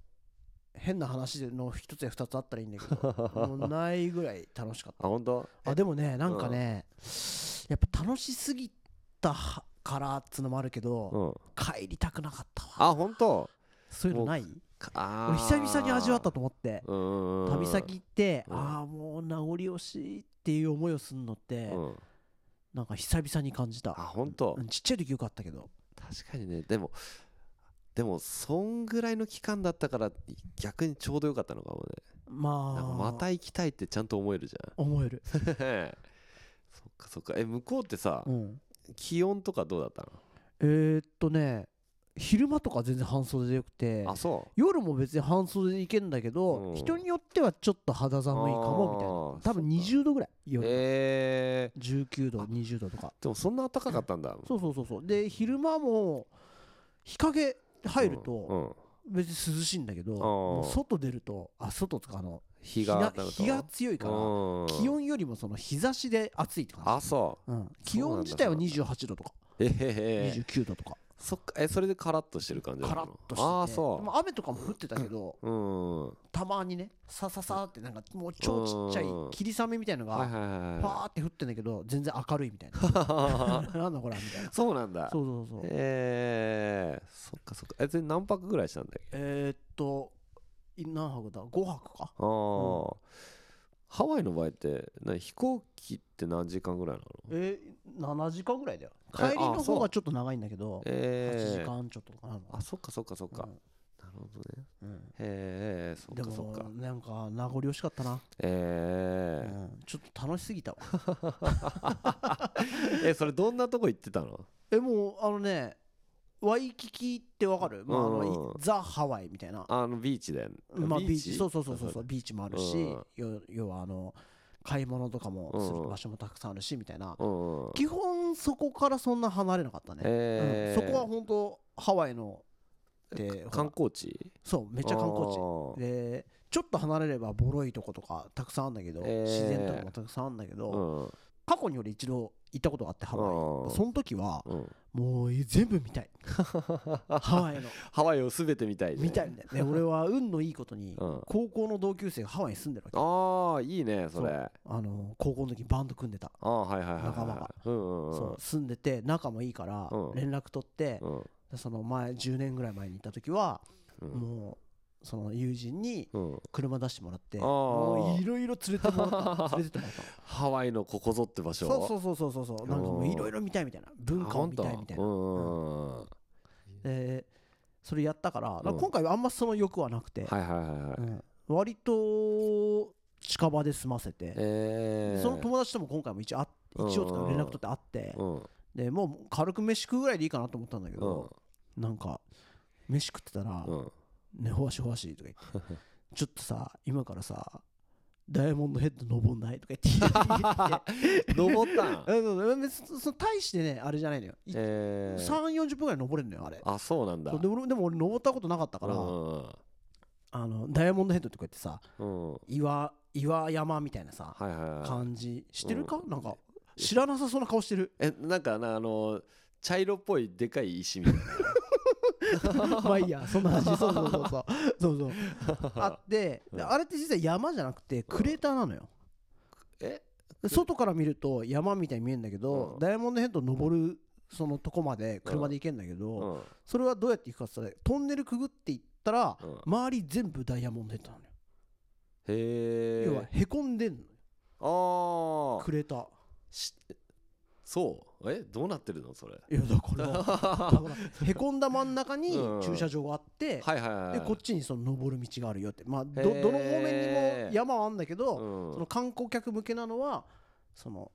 [SPEAKER 1] 変な話の一つや二つあったらいいんだけど もうないぐらい楽しかった
[SPEAKER 2] あ本当
[SPEAKER 1] あでもねなんかね、やっぱ楽しすぎたはからっつうのもあるけ
[SPEAKER 2] う
[SPEAKER 1] ど、
[SPEAKER 2] ん
[SPEAKER 1] 帰りたくなかったわ
[SPEAKER 2] あ本当
[SPEAKER 1] そういうのない
[SPEAKER 2] あ
[SPEAKER 1] 俺久々に味わった
[SPEAKER 2] と
[SPEAKER 1] と思って
[SPEAKER 2] うんうんうん
[SPEAKER 1] 旅先行って、
[SPEAKER 2] うん
[SPEAKER 1] ああもう名残惜しいっていう思いをするのって、
[SPEAKER 2] うん
[SPEAKER 1] なんか久々に感じ
[SPEAKER 2] あ
[SPEAKER 1] た、
[SPEAKER 2] 本当
[SPEAKER 1] うんちっちゃい時よかったけど
[SPEAKER 2] 確かにねでもでもそんぐらいの期間だったから逆にちょうどよかったのかもね
[SPEAKER 1] ま
[SPEAKER 2] なんか
[SPEAKER 1] あ
[SPEAKER 2] また行きたいってちゃんと思えるじゃん
[SPEAKER 1] 思える、
[SPEAKER 2] へえそっかそっかえ向こうってさ
[SPEAKER 1] うん、
[SPEAKER 2] 気温とかどうだった
[SPEAKER 1] えー、っとね昼間とか全然半袖でよくて
[SPEAKER 2] のあそ
[SPEAKER 1] 夜も別に半袖で行けんだけど、
[SPEAKER 2] うん
[SPEAKER 1] 人によってはちょっと肌寒いかもみたいな
[SPEAKER 2] あ
[SPEAKER 1] 多分
[SPEAKER 2] ーそっか
[SPEAKER 1] 20度ぐらい夜、
[SPEAKER 2] うええ
[SPEAKER 1] 19度
[SPEAKER 2] あ
[SPEAKER 1] 20度とか
[SPEAKER 2] でもそんな暖かかったんだ
[SPEAKER 1] そうそうそうそうで昼間も日陰入る
[SPEAKER 2] う
[SPEAKER 1] と
[SPEAKER 2] んうん
[SPEAKER 1] 別に涼しいんだけど、
[SPEAKER 2] ー
[SPEAKER 1] もう外出るとあ外とかあの
[SPEAKER 2] 日が
[SPEAKER 1] 日日が強いから、気温よりもその日差しで暑いって感
[SPEAKER 2] あそ
[SPEAKER 1] じ、うん、気温自体は
[SPEAKER 2] そうなんだ
[SPEAKER 1] 28度とか
[SPEAKER 2] うえへへへ
[SPEAKER 1] 29度とか
[SPEAKER 2] そっかえそれでカラッとしてる感じなの
[SPEAKER 1] カラッとしてて
[SPEAKER 2] ああ
[SPEAKER 1] で
[SPEAKER 2] そ
[SPEAKER 1] も雨とかも降ってたけど
[SPEAKER 2] ううんは
[SPEAKER 1] たまにねさささってなんかもう超ちっちゃい
[SPEAKER 2] うん
[SPEAKER 1] 霧雨みたいの
[SPEAKER 2] いはい
[SPEAKER 1] が
[SPEAKER 2] はい
[SPEAKER 1] パ
[SPEAKER 2] は
[SPEAKER 1] ーって降ってんだけど全然明るいみたい
[SPEAKER 2] い
[SPEAKER 1] ななんだこれみたいな
[SPEAKER 2] そうなんだ
[SPEAKER 1] そうそうそう
[SPEAKER 2] ええそっかそっかえで何泊ぐらいしたんだっけ
[SPEAKER 1] えーっとい何泊だ5泊か
[SPEAKER 2] ああハワイの場合ってな飛行機って何時間ぐらいなの
[SPEAKER 1] えー、7時間ぐらいだよ
[SPEAKER 2] え
[SPEAKER 1] 帰りの
[SPEAKER 2] あそ
[SPEAKER 1] 方
[SPEAKER 2] う
[SPEAKER 1] がちょっと長いんだけど8
[SPEAKER 2] え
[SPEAKER 1] 時
[SPEAKER 2] え
[SPEAKER 1] 間ちょっとかなのか
[SPEAKER 2] あそっかそっかそっか、
[SPEAKER 1] うん
[SPEAKER 2] なるほどね
[SPEAKER 1] なうん
[SPEAKER 2] へえそっ
[SPEAKER 1] で
[SPEAKER 2] かそっか
[SPEAKER 1] もなんか名残惜しかったな、う
[SPEAKER 2] えー
[SPEAKER 1] ん、ちょっと楽しすぎたわ
[SPEAKER 2] えそれどんなとこ行ってたの
[SPEAKER 1] えもうあのねワイキキってわかる、まああの
[SPEAKER 2] うん
[SPEAKER 1] ザ・ハワイみたいな
[SPEAKER 2] あのビーチだよね
[SPEAKER 1] まあ、ビーチそうそうそうそうそう
[SPEAKER 2] う
[SPEAKER 1] ビーチもあるし、
[SPEAKER 2] うん
[SPEAKER 1] よ要はあの買い物とかもす
[SPEAKER 2] う
[SPEAKER 1] る
[SPEAKER 2] ん
[SPEAKER 1] 場所もたくさんあるしみたいな、
[SPEAKER 2] うんうん
[SPEAKER 1] 基本そこからそんな離れなかったね、
[SPEAKER 2] え
[SPEAKER 1] うんそこは本当ハワイのでほら
[SPEAKER 2] 観光地
[SPEAKER 1] そうめ
[SPEAKER 2] め
[SPEAKER 1] っちゃ観光地
[SPEAKER 2] 地
[SPEAKER 1] でちょっと離れればボロいとことかたくさんあるんだけど、
[SPEAKER 2] えー
[SPEAKER 1] 自然とかもたくさんあるんだけど、
[SPEAKER 2] うん
[SPEAKER 1] 過去に俺一度行ったことがあってハワイ
[SPEAKER 2] うん
[SPEAKER 1] その時は
[SPEAKER 2] うん
[SPEAKER 1] もう全部見 たいハワイの
[SPEAKER 2] ハワイをすべて見たいね
[SPEAKER 1] 見たいみたいな、ね、俺は運のいいことに
[SPEAKER 2] うん
[SPEAKER 1] 高校の同級生がハワイに住んでるわけ
[SPEAKER 2] ああいいねそれ
[SPEAKER 1] そ
[SPEAKER 2] あ
[SPEAKER 1] あの高校の時にバンド組んでた、
[SPEAKER 2] あはいはいはいはい
[SPEAKER 1] 仲間が
[SPEAKER 2] うんうんうん
[SPEAKER 1] そう住んでて仲もいいから
[SPEAKER 2] うん
[SPEAKER 1] 連絡取って、
[SPEAKER 2] うん
[SPEAKER 1] でその前10年ぐらい前に行った時は、
[SPEAKER 2] うん
[SPEAKER 1] もうその友人に
[SPEAKER 2] うん
[SPEAKER 1] 車出してもらって
[SPEAKER 2] あー
[SPEAKER 1] もういろいろ連れてもら った連れてってもらった
[SPEAKER 2] ハワイのここぞって場所
[SPEAKER 1] そうそうそうそうそうそうなんかもういろいろ見たいみたいな文化を見たいみたい
[SPEAKER 2] あ
[SPEAKER 1] な、
[SPEAKER 2] 本
[SPEAKER 1] でそれやったからだから
[SPEAKER 2] うん
[SPEAKER 1] 今回はあんまその欲はなくて、
[SPEAKER 2] 当うんはいはいはいはい
[SPEAKER 1] うん割と近場で済ませて、
[SPEAKER 2] えー、
[SPEAKER 1] その友達とも今回も一応あ一応とか連絡取って会って、
[SPEAKER 2] うんうん
[SPEAKER 1] でもう軽く飯食うぐらいでいいかなと思ったんだけど、なんか飯食ってたら
[SPEAKER 2] うん
[SPEAKER 1] 「ねほわしほわし」とか言 って「ちょっとさ今からさダイヤモンドヘッド登んない?」とか言 って
[SPEAKER 2] 登ったん
[SPEAKER 1] うんうん別にそその大してねあれじゃないのよ、い
[SPEAKER 2] えー、
[SPEAKER 1] 3 4 0分ぐらい登れるのよあれ
[SPEAKER 2] あそうなんだ
[SPEAKER 1] そうで俺でも俺登ったことなかったから、
[SPEAKER 2] う
[SPEAKER 1] あのダイヤモンドヘッドとか言ってさ
[SPEAKER 2] んうん、うん、
[SPEAKER 1] 岩岩山みたいなさ
[SPEAKER 2] はいはいはい
[SPEAKER 1] 感じしてるか、なんか知らなさそうな顔して る
[SPEAKER 2] えなんかなあの茶色っぽいでかい石みたいな
[SPEAKER 1] まあいいやそんな話そうそうそうそうそうそう あって、で
[SPEAKER 2] うん
[SPEAKER 1] あれって実は山じゃなくてクレーターなのよ、
[SPEAKER 2] え
[SPEAKER 1] で外から見ると山みたいに見えるんだけど、
[SPEAKER 2] うん
[SPEAKER 1] ダイヤモンドヘッド登るそのとこまで車で行けんだけど、
[SPEAKER 2] うん
[SPEAKER 1] それはどうやって行くかって言ったらトンネルくぐって行ったら、
[SPEAKER 2] うん
[SPEAKER 1] 周り全部ダイヤモンドヘッドなのよ、
[SPEAKER 2] へえ
[SPEAKER 1] 要はへこんでんのよ
[SPEAKER 2] ああ
[SPEAKER 1] クレーター
[SPEAKER 2] しそうえどうなってるのそれ
[SPEAKER 1] いやだからだからへこんだ真ん中に
[SPEAKER 2] うん
[SPEAKER 1] 駐車場があって、
[SPEAKER 2] はいはいは
[SPEAKER 1] で
[SPEAKER 2] い
[SPEAKER 1] こっちにその登る道があるよってまあど
[SPEAKER 2] へ
[SPEAKER 1] ど
[SPEAKER 2] ー
[SPEAKER 1] の方面にも山はあるんだけど、
[SPEAKER 2] うん
[SPEAKER 1] その観光客向けなのはその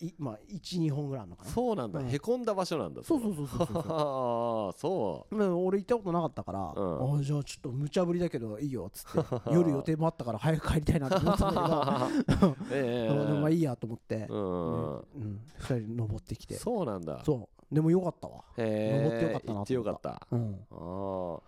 [SPEAKER 1] いまあ12本ぐらいあるのかなそ
[SPEAKER 2] そうなんだ、
[SPEAKER 1] うん
[SPEAKER 2] へこんだ場所なんだ
[SPEAKER 1] うそう
[SPEAKER 2] う
[SPEAKER 1] そうそうそうそ
[SPEAKER 2] ああそう
[SPEAKER 1] でも 俺行ったことなかったから、
[SPEAKER 2] ん
[SPEAKER 1] あじゃあちょっと無茶ぶりだけどいいよっつ って夜予定もあったから早く帰りたいなと思ってたんだ
[SPEAKER 2] うえ
[SPEAKER 1] け
[SPEAKER 2] え
[SPEAKER 1] どでもまあいいやと思って、
[SPEAKER 2] う
[SPEAKER 1] ね
[SPEAKER 2] ん、
[SPEAKER 1] うん、2人で登ってきてそ
[SPEAKER 2] そうなんだ
[SPEAKER 1] うでもよかったわ、
[SPEAKER 2] へ
[SPEAKER 1] 登ってよかったなと思った
[SPEAKER 2] 行って
[SPEAKER 1] うん、
[SPEAKER 2] よかったああー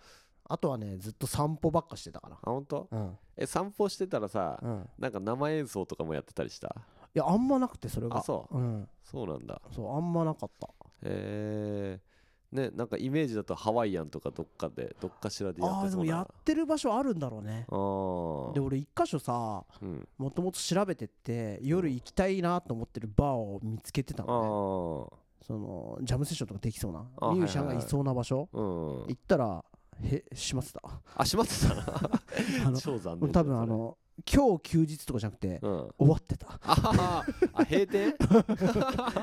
[SPEAKER 1] あとはねずっと散歩ばっかしてたか
[SPEAKER 2] あ本当
[SPEAKER 1] らうん、
[SPEAKER 2] え散歩してたらさ、
[SPEAKER 1] うん、
[SPEAKER 2] なんか生演奏とかもやってたりした
[SPEAKER 1] いやあんまなくてそれが、
[SPEAKER 2] あそう
[SPEAKER 1] うん、
[SPEAKER 2] そうなんだ
[SPEAKER 1] そうあんまなかった
[SPEAKER 2] へえねなんかイメージだとハワイアンとかどっかでどっかしらでや
[SPEAKER 1] あ
[SPEAKER 2] っ
[SPEAKER 1] あー
[SPEAKER 2] て
[SPEAKER 1] で
[SPEAKER 2] そ
[SPEAKER 1] も
[SPEAKER 2] うな
[SPEAKER 1] やってる場所あるんだろうね
[SPEAKER 2] あー
[SPEAKER 1] で俺一箇所さ
[SPEAKER 2] うん
[SPEAKER 1] もともと調べてって夜行きたいなと思ってるバーを見つけてた
[SPEAKER 2] あ
[SPEAKER 1] のね
[SPEAKER 2] ー
[SPEAKER 1] そのジャムセッションとかできそうな
[SPEAKER 2] あ
[SPEAKER 1] ミュージシャンがいそうな場所
[SPEAKER 2] うん
[SPEAKER 1] 行ったらへ閉まっ てた
[SPEAKER 2] あ閉まってた な
[SPEAKER 1] あの
[SPEAKER 2] 超残
[SPEAKER 1] 俺
[SPEAKER 2] 念だ
[SPEAKER 1] 多
[SPEAKER 2] よ
[SPEAKER 1] 分あの今日休日とかじゃなくて
[SPEAKER 2] それうん
[SPEAKER 1] 終わってた
[SPEAKER 2] あははあ 閉店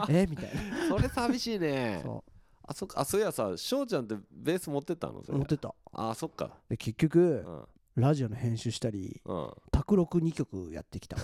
[SPEAKER 1] えみたい な
[SPEAKER 2] それ寂しいね
[SPEAKER 1] そ
[SPEAKER 2] あそっかあそういやさ翔ちゃんってベース持ってったのそうれ
[SPEAKER 1] 思ってた
[SPEAKER 2] あそっか
[SPEAKER 1] で結
[SPEAKER 2] う
[SPEAKER 1] 局
[SPEAKER 2] ん
[SPEAKER 1] ラジオの編集したり
[SPEAKER 2] うん
[SPEAKER 1] 卓録2曲やってきたわ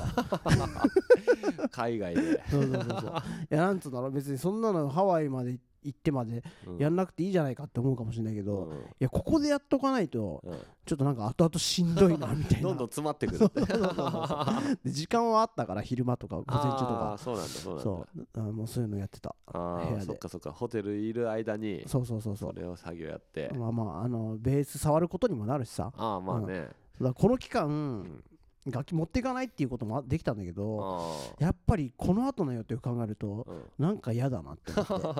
[SPEAKER 2] 海外で
[SPEAKER 1] そうそうそうそう いやなんつうんだろう別にそんなのハワイまで行ってまで
[SPEAKER 2] うん
[SPEAKER 1] やんなくていいじゃないかって思うかもしれないけど、
[SPEAKER 2] う
[SPEAKER 1] い
[SPEAKER 2] ん
[SPEAKER 1] やここでやっとかないと
[SPEAKER 2] うん
[SPEAKER 1] ちょっとなんか後々しんどいなみたいな
[SPEAKER 2] どんどん詰まって くるって
[SPEAKER 1] そうそうそうそうで時間はあったから昼間とか午前中と
[SPEAKER 2] あ
[SPEAKER 1] か
[SPEAKER 2] ーそうなんだそうなんだ
[SPEAKER 1] そうあもうそういうのやってた
[SPEAKER 2] あ
[SPEAKER 1] 部屋
[SPEAKER 2] あ
[SPEAKER 1] で
[SPEAKER 2] そっかそっかホテルいる間に
[SPEAKER 1] そうそうそうそ
[SPEAKER 2] そうれを作業やって
[SPEAKER 1] まあまああのベース触ることにもなるしさだか
[SPEAKER 2] ああまあね
[SPEAKER 1] らこの期間、
[SPEAKER 2] ん
[SPEAKER 1] 楽器持っていかないっていうこともできたんだけ
[SPEAKER 2] あ
[SPEAKER 1] ど
[SPEAKER 2] あ
[SPEAKER 1] やっぱりこの後の予定を考えると
[SPEAKER 2] うん
[SPEAKER 1] なんか嫌だなって思っ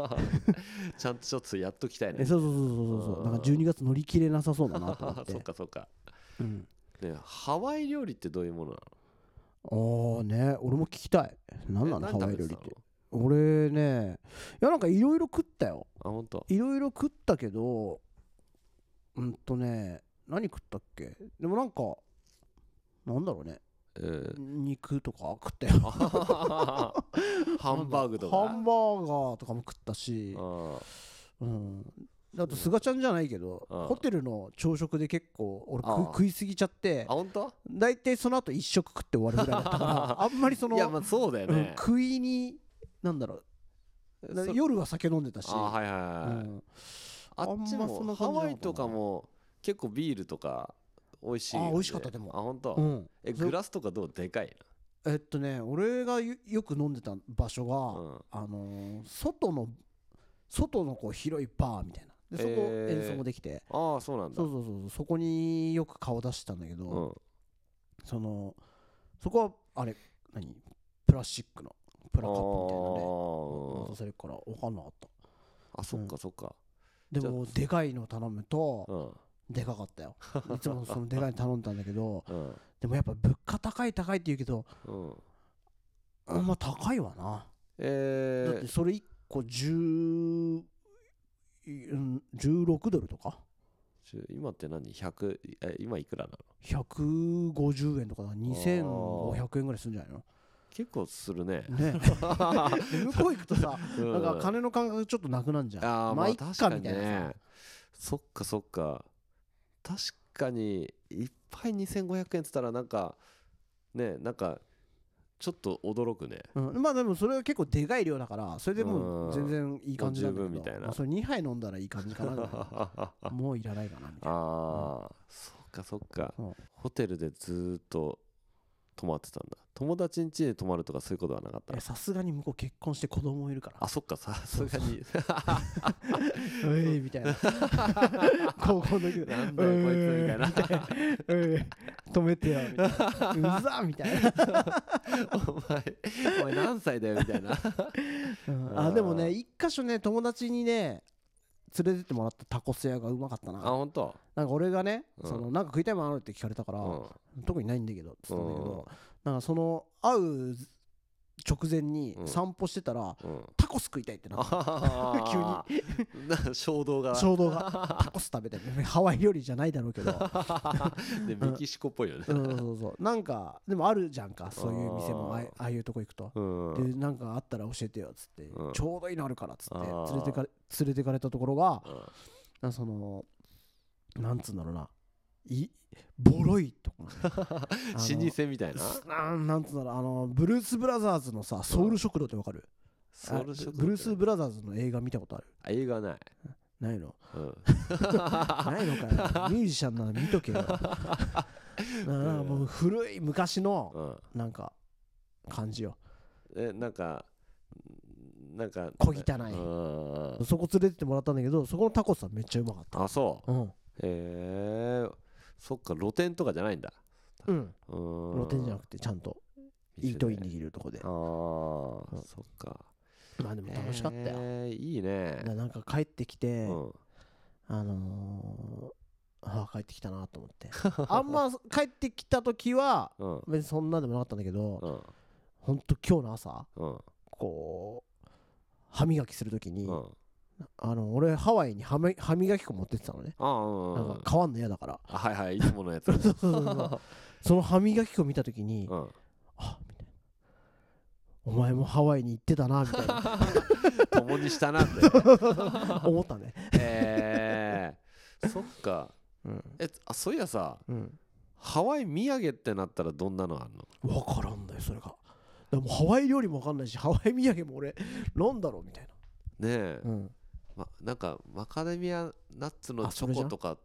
[SPEAKER 1] て
[SPEAKER 2] ちゃんとちょっとやっときたい
[SPEAKER 1] え
[SPEAKER 2] ね
[SPEAKER 1] そうそうそうそうそうそううんなんか12月乗り切れなさ そうだなと思って
[SPEAKER 2] そっかそっか
[SPEAKER 1] うん
[SPEAKER 2] ねハワイ料理ってどういうもの
[SPEAKER 1] ああね俺も聞きたい何
[SPEAKER 2] な
[SPEAKER 1] なの
[SPEAKER 2] の
[SPEAKER 1] ハ
[SPEAKER 2] え何
[SPEAKER 1] ワ
[SPEAKER 2] 食
[SPEAKER 1] イ
[SPEAKER 2] べ
[SPEAKER 1] 料
[SPEAKER 2] て
[SPEAKER 1] 理
[SPEAKER 2] た
[SPEAKER 1] っ
[SPEAKER 2] の
[SPEAKER 1] て俺ねいやなんかいろいろ食ったよ
[SPEAKER 2] あ本当
[SPEAKER 1] いろいろ食ったけどうんとね何食ったっけでもなんかなんだろうね
[SPEAKER 2] えー
[SPEAKER 1] 肉とか食ったよ
[SPEAKER 2] ハンバーグとか
[SPEAKER 1] ハンバーガーとかも食ったし
[SPEAKER 2] あ
[SPEAKER 1] うんあとすがちゃんじゃないけど
[SPEAKER 2] うん
[SPEAKER 1] ホテルの朝食で結構俺
[SPEAKER 2] あ
[SPEAKER 1] 食食いすぎちゃって
[SPEAKER 2] あ本当
[SPEAKER 1] 大体その後一食食って終わるぐらいだったから あんまりその、
[SPEAKER 2] いやまあそうだよ
[SPEAKER 1] うん
[SPEAKER 2] ね
[SPEAKER 1] 食いになんだろうだ
[SPEAKER 2] そ
[SPEAKER 1] 夜は酒飲んでたし
[SPEAKER 2] あはいは
[SPEAKER 1] う
[SPEAKER 2] いはい
[SPEAKER 1] ん
[SPEAKER 2] あっち
[SPEAKER 1] あんまそんな感じなの
[SPEAKER 2] も
[SPEAKER 1] かな
[SPEAKER 2] ハワイとかも結構ビールとか美味しいよね
[SPEAKER 1] あ美味しかったでも
[SPEAKER 2] あ本当
[SPEAKER 1] うん
[SPEAKER 2] え
[SPEAKER 1] それ
[SPEAKER 2] グラスとかどうでかい
[SPEAKER 1] えっとね俺がよよく飲んでた場所
[SPEAKER 2] な
[SPEAKER 1] が、
[SPEAKER 2] うん
[SPEAKER 1] あのー外の外のこう広いバーみたいなでそこ
[SPEAKER 2] へー
[SPEAKER 1] 演奏もできて、
[SPEAKER 2] ああそうなんだ
[SPEAKER 1] そうそうそうそうそこによく顔出してたんだけど、
[SPEAKER 2] うん
[SPEAKER 1] そのそこはあれ何プラスチックのプラカップみたいなので
[SPEAKER 2] あ
[SPEAKER 1] 渡
[SPEAKER 2] ー
[SPEAKER 1] されるから分かんなかった
[SPEAKER 2] あそっかそっか
[SPEAKER 1] で
[SPEAKER 2] じゃあ
[SPEAKER 1] もでかいの頼むと、
[SPEAKER 2] うん
[SPEAKER 1] でかかったよいつもそのでかいの頼んだんだけど
[SPEAKER 2] うん
[SPEAKER 1] でもやっぱ物価高い高いって言うけど
[SPEAKER 2] うん
[SPEAKER 1] あんま高いわな、だっ
[SPEAKER 2] え
[SPEAKER 1] て
[SPEAKER 2] ー
[SPEAKER 1] それ1個10うん16ドルとか
[SPEAKER 2] ちょ今って何100え今いくらなの
[SPEAKER 1] 150円とかだ2500円ぐらいするんじゃないの
[SPEAKER 2] 結構する ね
[SPEAKER 1] ねで向こう行くとさ
[SPEAKER 2] うん
[SPEAKER 1] なんか金の感覚ちょっとなくなんじゃん
[SPEAKER 2] あーま
[SPEAKER 1] まあい
[SPEAKER 2] あ
[SPEAKER 1] っか
[SPEAKER 2] 確かに
[SPEAKER 1] みたいなさ
[SPEAKER 2] ねそっかそっか確かに一杯2500円って言ったらなんかねなんかちょっと驚 くね
[SPEAKER 1] うん、まあでもそれは結構でかい量だからそれでも
[SPEAKER 2] うん
[SPEAKER 1] う全然いい感じなんだけ
[SPEAKER 2] もう十分みたい
[SPEAKER 1] ど
[SPEAKER 2] な
[SPEAKER 1] まあそれ2杯飲んだらいい感じかな
[SPEAKER 2] あ
[SPEAKER 1] もういらないかなみたいな
[SPEAKER 2] あそっかそっか
[SPEAKER 1] うん
[SPEAKER 2] ホテルでずーっと泊まってたんだ友達ん家で泊まるとかそういうことはなかっ
[SPEAKER 1] い
[SPEAKER 2] た
[SPEAKER 1] やさすがに向こう結婚して子供いるから
[SPEAKER 2] あそっかさすが に
[SPEAKER 1] 「うい」みたいな 高校の時
[SPEAKER 2] なんだよこいつみたい
[SPEAKER 1] 「
[SPEAKER 2] な
[SPEAKER 1] うい止めてよ」みたい な「うざ」みたいな、
[SPEAKER 2] お前お前何歳だよみたいな
[SPEAKER 1] うんあでもね一箇所ね友達にね連れてってもらったタコス屋が うまかった
[SPEAKER 2] あ
[SPEAKER 1] な
[SPEAKER 2] 本当
[SPEAKER 1] なんか俺がね、
[SPEAKER 2] うん
[SPEAKER 1] そのなんか食いたいものあるって聞かれたから、
[SPEAKER 2] うん
[SPEAKER 1] 特にないんだけどっつったんだけ
[SPEAKER 2] うん
[SPEAKER 1] ど、なんかその会う直前に
[SPEAKER 2] うん
[SPEAKER 1] 散歩してたら、
[SPEAKER 2] うん
[SPEAKER 1] タコス食いたいってなった
[SPEAKER 2] あー な衝動が
[SPEAKER 1] 衝動がタコス食べてるハワイ料理じゃないだろうけど
[SPEAKER 2] でメキシコっぽいよね
[SPEAKER 1] うんそうそうそうなんかでもあるじゃんかそういう店もあ
[SPEAKER 2] あ
[SPEAKER 1] あ
[SPEAKER 2] ー
[SPEAKER 1] ああいうとこ行くと、
[SPEAKER 2] うん
[SPEAKER 1] でなんかあったら教えてよっつって、
[SPEAKER 2] うん
[SPEAKER 1] ちょうどいいのあるからっつって
[SPEAKER 2] あー
[SPEAKER 1] 連れてかれ連れてかれたところが
[SPEAKER 2] うん
[SPEAKER 1] なんかそのなんつうんだろうないボロいとこなの あの
[SPEAKER 2] 老舗みたいな
[SPEAKER 1] なんなんつうんだろうあのブルース・ブラザーズのさソウル食堂ってわかる
[SPEAKER 2] ソウル食堂
[SPEAKER 1] あブルース・ブラザーズの映画見たことある
[SPEAKER 2] あ映画ない
[SPEAKER 1] ない の
[SPEAKER 2] うん
[SPEAKER 1] ないのかよミュージシャンなら見と けよなあもう古い昔の
[SPEAKER 2] うん
[SPEAKER 1] なんか感じよ
[SPEAKER 2] えなんかなんか
[SPEAKER 1] 小汚い
[SPEAKER 2] うん
[SPEAKER 1] そこ連れてってもらったんだけどそこのタコスはめっちゃうまかっ
[SPEAKER 2] あそ
[SPEAKER 1] たうん
[SPEAKER 2] うへえそっか露店とかじゃないんだ
[SPEAKER 1] うん露
[SPEAKER 2] 露
[SPEAKER 1] 店じゃなくてちゃんとイートイン握るとこで
[SPEAKER 2] ああ
[SPEAKER 1] うん
[SPEAKER 2] そっか
[SPEAKER 1] まあでも楽しかったよ
[SPEAKER 2] えーいいね
[SPEAKER 1] だからなんか帰ってきて
[SPEAKER 2] うん
[SPEAKER 1] あのーああ帰ってきたなと思って あんま帰ってきた時は
[SPEAKER 2] うん
[SPEAKER 1] 別にそんなでもなかったんだけど
[SPEAKER 2] うん
[SPEAKER 1] ほんと今日の朝
[SPEAKER 2] うん
[SPEAKER 1] こう歯磨きするときに、
[SPEAKER 2] うん
[SPEAKER 1] あの俺ハワイに歯み歯磨き粉持ってってたのね、
[SPEAKER 2] あうんう
[SPEAKER 1] なん
[SPEAKER 2] うん
[SPEAKER 1] んか変わんの嫌だから
[SPEAKER 2] あはいはいいつもの やつ
[SPEAKER 1] そうそうそうその歯磨き粉見たときに、
[SPEAKER 2] うん
[SPEAKER 1] あみたいなお前もハワイに行ってたなみたい な
[SPEAKER 2] 共にしたなって
[SPEAKER 1] 思ったね
[SPEAKER 2] えー、 そっか
[SPEAKER 1] うん、
[SPEAKER 2] えあそういやさ
[SPEAKER 1] うん、
[SPEAKER 2] ハワイ土産ってなったらどんなのあんの
[SPEAKER 1] 分からんだよそれがでもハワイ料理も分かんないしハワイ土産も俺なんだろうみたい
[SPEAKER 2] ねえ、
[SPEAKER 1] な、うん、
[SPEAKER 2] ま、なんかマカデミアナッツの
[SPEAKER 1] あ
[SPEAKER 2] チ
[SPEAKER 1] それ
[SPEAKER 2] ョ
[SPEAKER 1] じゃ
[SPEAKER 2] コ
[SPEAKER 1] ん
[SPEAKER 2] とか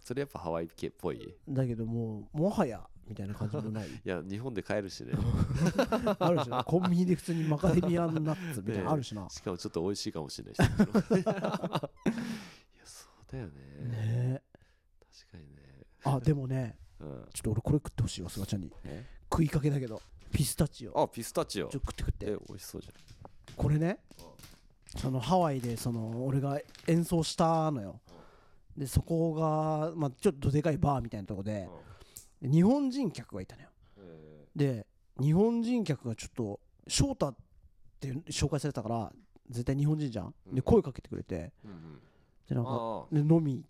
[SPEAKER 2] それやっぱハワイ系っぽいい
[SPEAKER 1] だけどもうもはやみたいな感じもない
[SPEAKER 2] や日本で買えるしね
[SPEAKER 1] あるし なコンビニで普通にマカデミアナッツみたいなのあるしな、
[SPEAKER 2] しかもちょっと美味しいかもしれない しいやそうだよ
[SPEAKER 1] ね
[SPEAKER 2] ね
[SPEAKER 1] え
[SPEAKER 2] 確かにね
[SPEAKER 1] あでもね
[SPEAKER 2] うん
[SPEAKER 1] ちょっと俺これ食ってほしいわすがちゃんに
[SPEAKER 2] え
[SPEAKER 1] 食いかけだけどピスタチオちょ
[SPEAKER 2] あピスタチオ
[SPEAKER 1] っと食って食っ
[SPEAKER 2] え
[SPEAKER 1] て
[SPEAKER 2] 美味しそうじゃ
[SPEAKER 1] これねそのハワイでその俺が演奏したのよでそこが、まあ、ちょっとでかいバーみたいなとこで
[SPEAKER 2] ん、うん
[SPEAKER 1] で日本人客がいたのよ
[SPEAKER 2] え
[SPEAKER 1] で日本人客がちょっと翔太って紹介されたから絶対日本人じゃん
[SPEAKER 2] うん
[SPEAKER 1] で声かけてくれて
[SPEAKER 2] ーうんうん
[SPEAKER 1] でなんか
[SPEAKER 2] あ
[SPEAKER 1] で飲み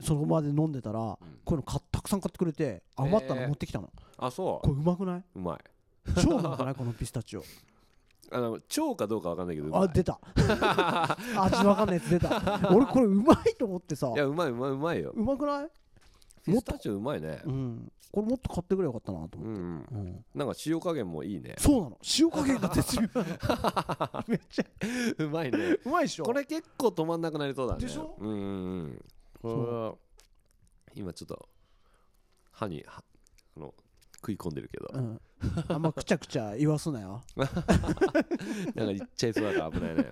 [SPEAKER 1] そこまで飲んでたらこ
[SPEAKER 2] う
[SPEAKER 1] う
[SPEAKER 2] ん
[SPEAKER 1] いうの買ったくさん買ってくれて余った
[SPEAKER 2] へ
[SPEAKER 1] の
[SPEAKER 2] ー
[SPEAKER 1] 持ってきたの
[SPEAKER 2] ああそ
[SPEAKER 1] これうまくないう
[SPEAKER 2] うまい
[SPEAKER 1] 超うまくないこのピスタチオ
[SPEAKER 2] あの腸かどうかわかんないけどうま
[SPEAKER 1] あ
[SPEAKER 2] い
[SPEAKER 1] 出た 味わかんないやつ出た俺これうまいと思ってさ
[SPEAKER 2] いやうまいうまいうまいよ
[SPEAKER 1] うまくない
[SPEAKER 2] ピスタチオうまいね
[SPEAKER 1] うんこれもっと買ってくれよかったなと
[SPEAKER 2] う
[SPEAKER 1] 思って、
[SPEAKER 2] ん
[SPEAKER 1] うん
[SPEAKER 2] なんか塩加減もいいね
[SPEAKER 1] そうなの塩加減が絶 妙なのめっちゃ
[SPEAKER 2] うまいね
[SPEAKER 1] うまいでしょ
[SPEAKER 2] これ結構止まんなくなりそうだね
[SPEAKER 1] でしょ
[SPEAKER 2] うんうんうんこれは今ちょっと歯にはあの食い込んでる けど
[SPEAKER 1] うん、あんまくちゃくちゃ言わすなよ、
[SPEAKER 2] なんかいっちゃいそうだから危ないね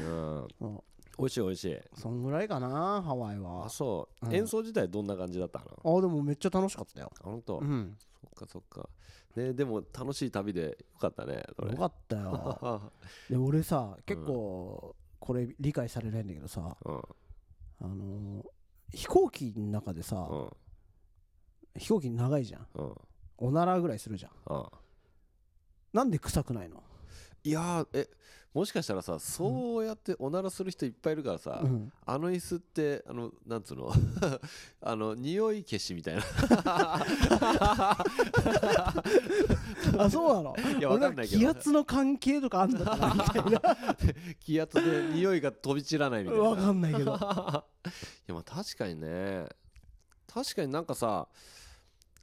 [SPEAKER 2] うん
[SPEAKER 1] うん、
[SPEAKER 2] 美味しい美味しい
[SPEAKER 1] そんぐらいかなハワイは
[SPEAKER 2] あそう
[SPEAKER 1] うん
[SPEAKER 2] 演奏自体どんな感じだったのあ
[SPEAKER 1] あでもめっちゃ楽しかったよ、
[SPEAKER 2] 本当
[SPEAKER 1] うん、
[SPEAKER 2] そっかそっかねでも楽しい旅でよかったねそれ
[SPEAKER 1] よかったよ で俺さ結構これ理解されないんだけどさ、
[SPEAKER 2] うん
[SPEAKER 1] あのー飛行機の中でさ、
[SPEAKER 2] うん
[SPEAKER 1] 飛行機長いじゃん
[SPEAKER 2] うん
[SPEAKER 1] おならぐらいするじゃん
[SPEAKER 2] うん
[SPEAKER 1] なんで臭くないの
[SPEAKER 2] いやーえもしかしたらさそうやっておならする人いっぱいいるからさ、
[SPEAKER 1] うん
[SPEAKER 2] あの椅子ってあのなんつうの あの匂い消しみたいな
[SPEAKER 1] あそうなの
[SPEAKER 2] いやわかんないけど
[SPEAKER 1] 俺ら気圧の関係とかあんだからみたい
[SPEAKER 2] 気圧で 匂いが飛び散らないみた
[SPEAKER 1] ない
[SPEAKER 2] な
[SPEAKER 1] わかんないけど
[SPEAKER 2] いやまあ確かにね確かになんかさ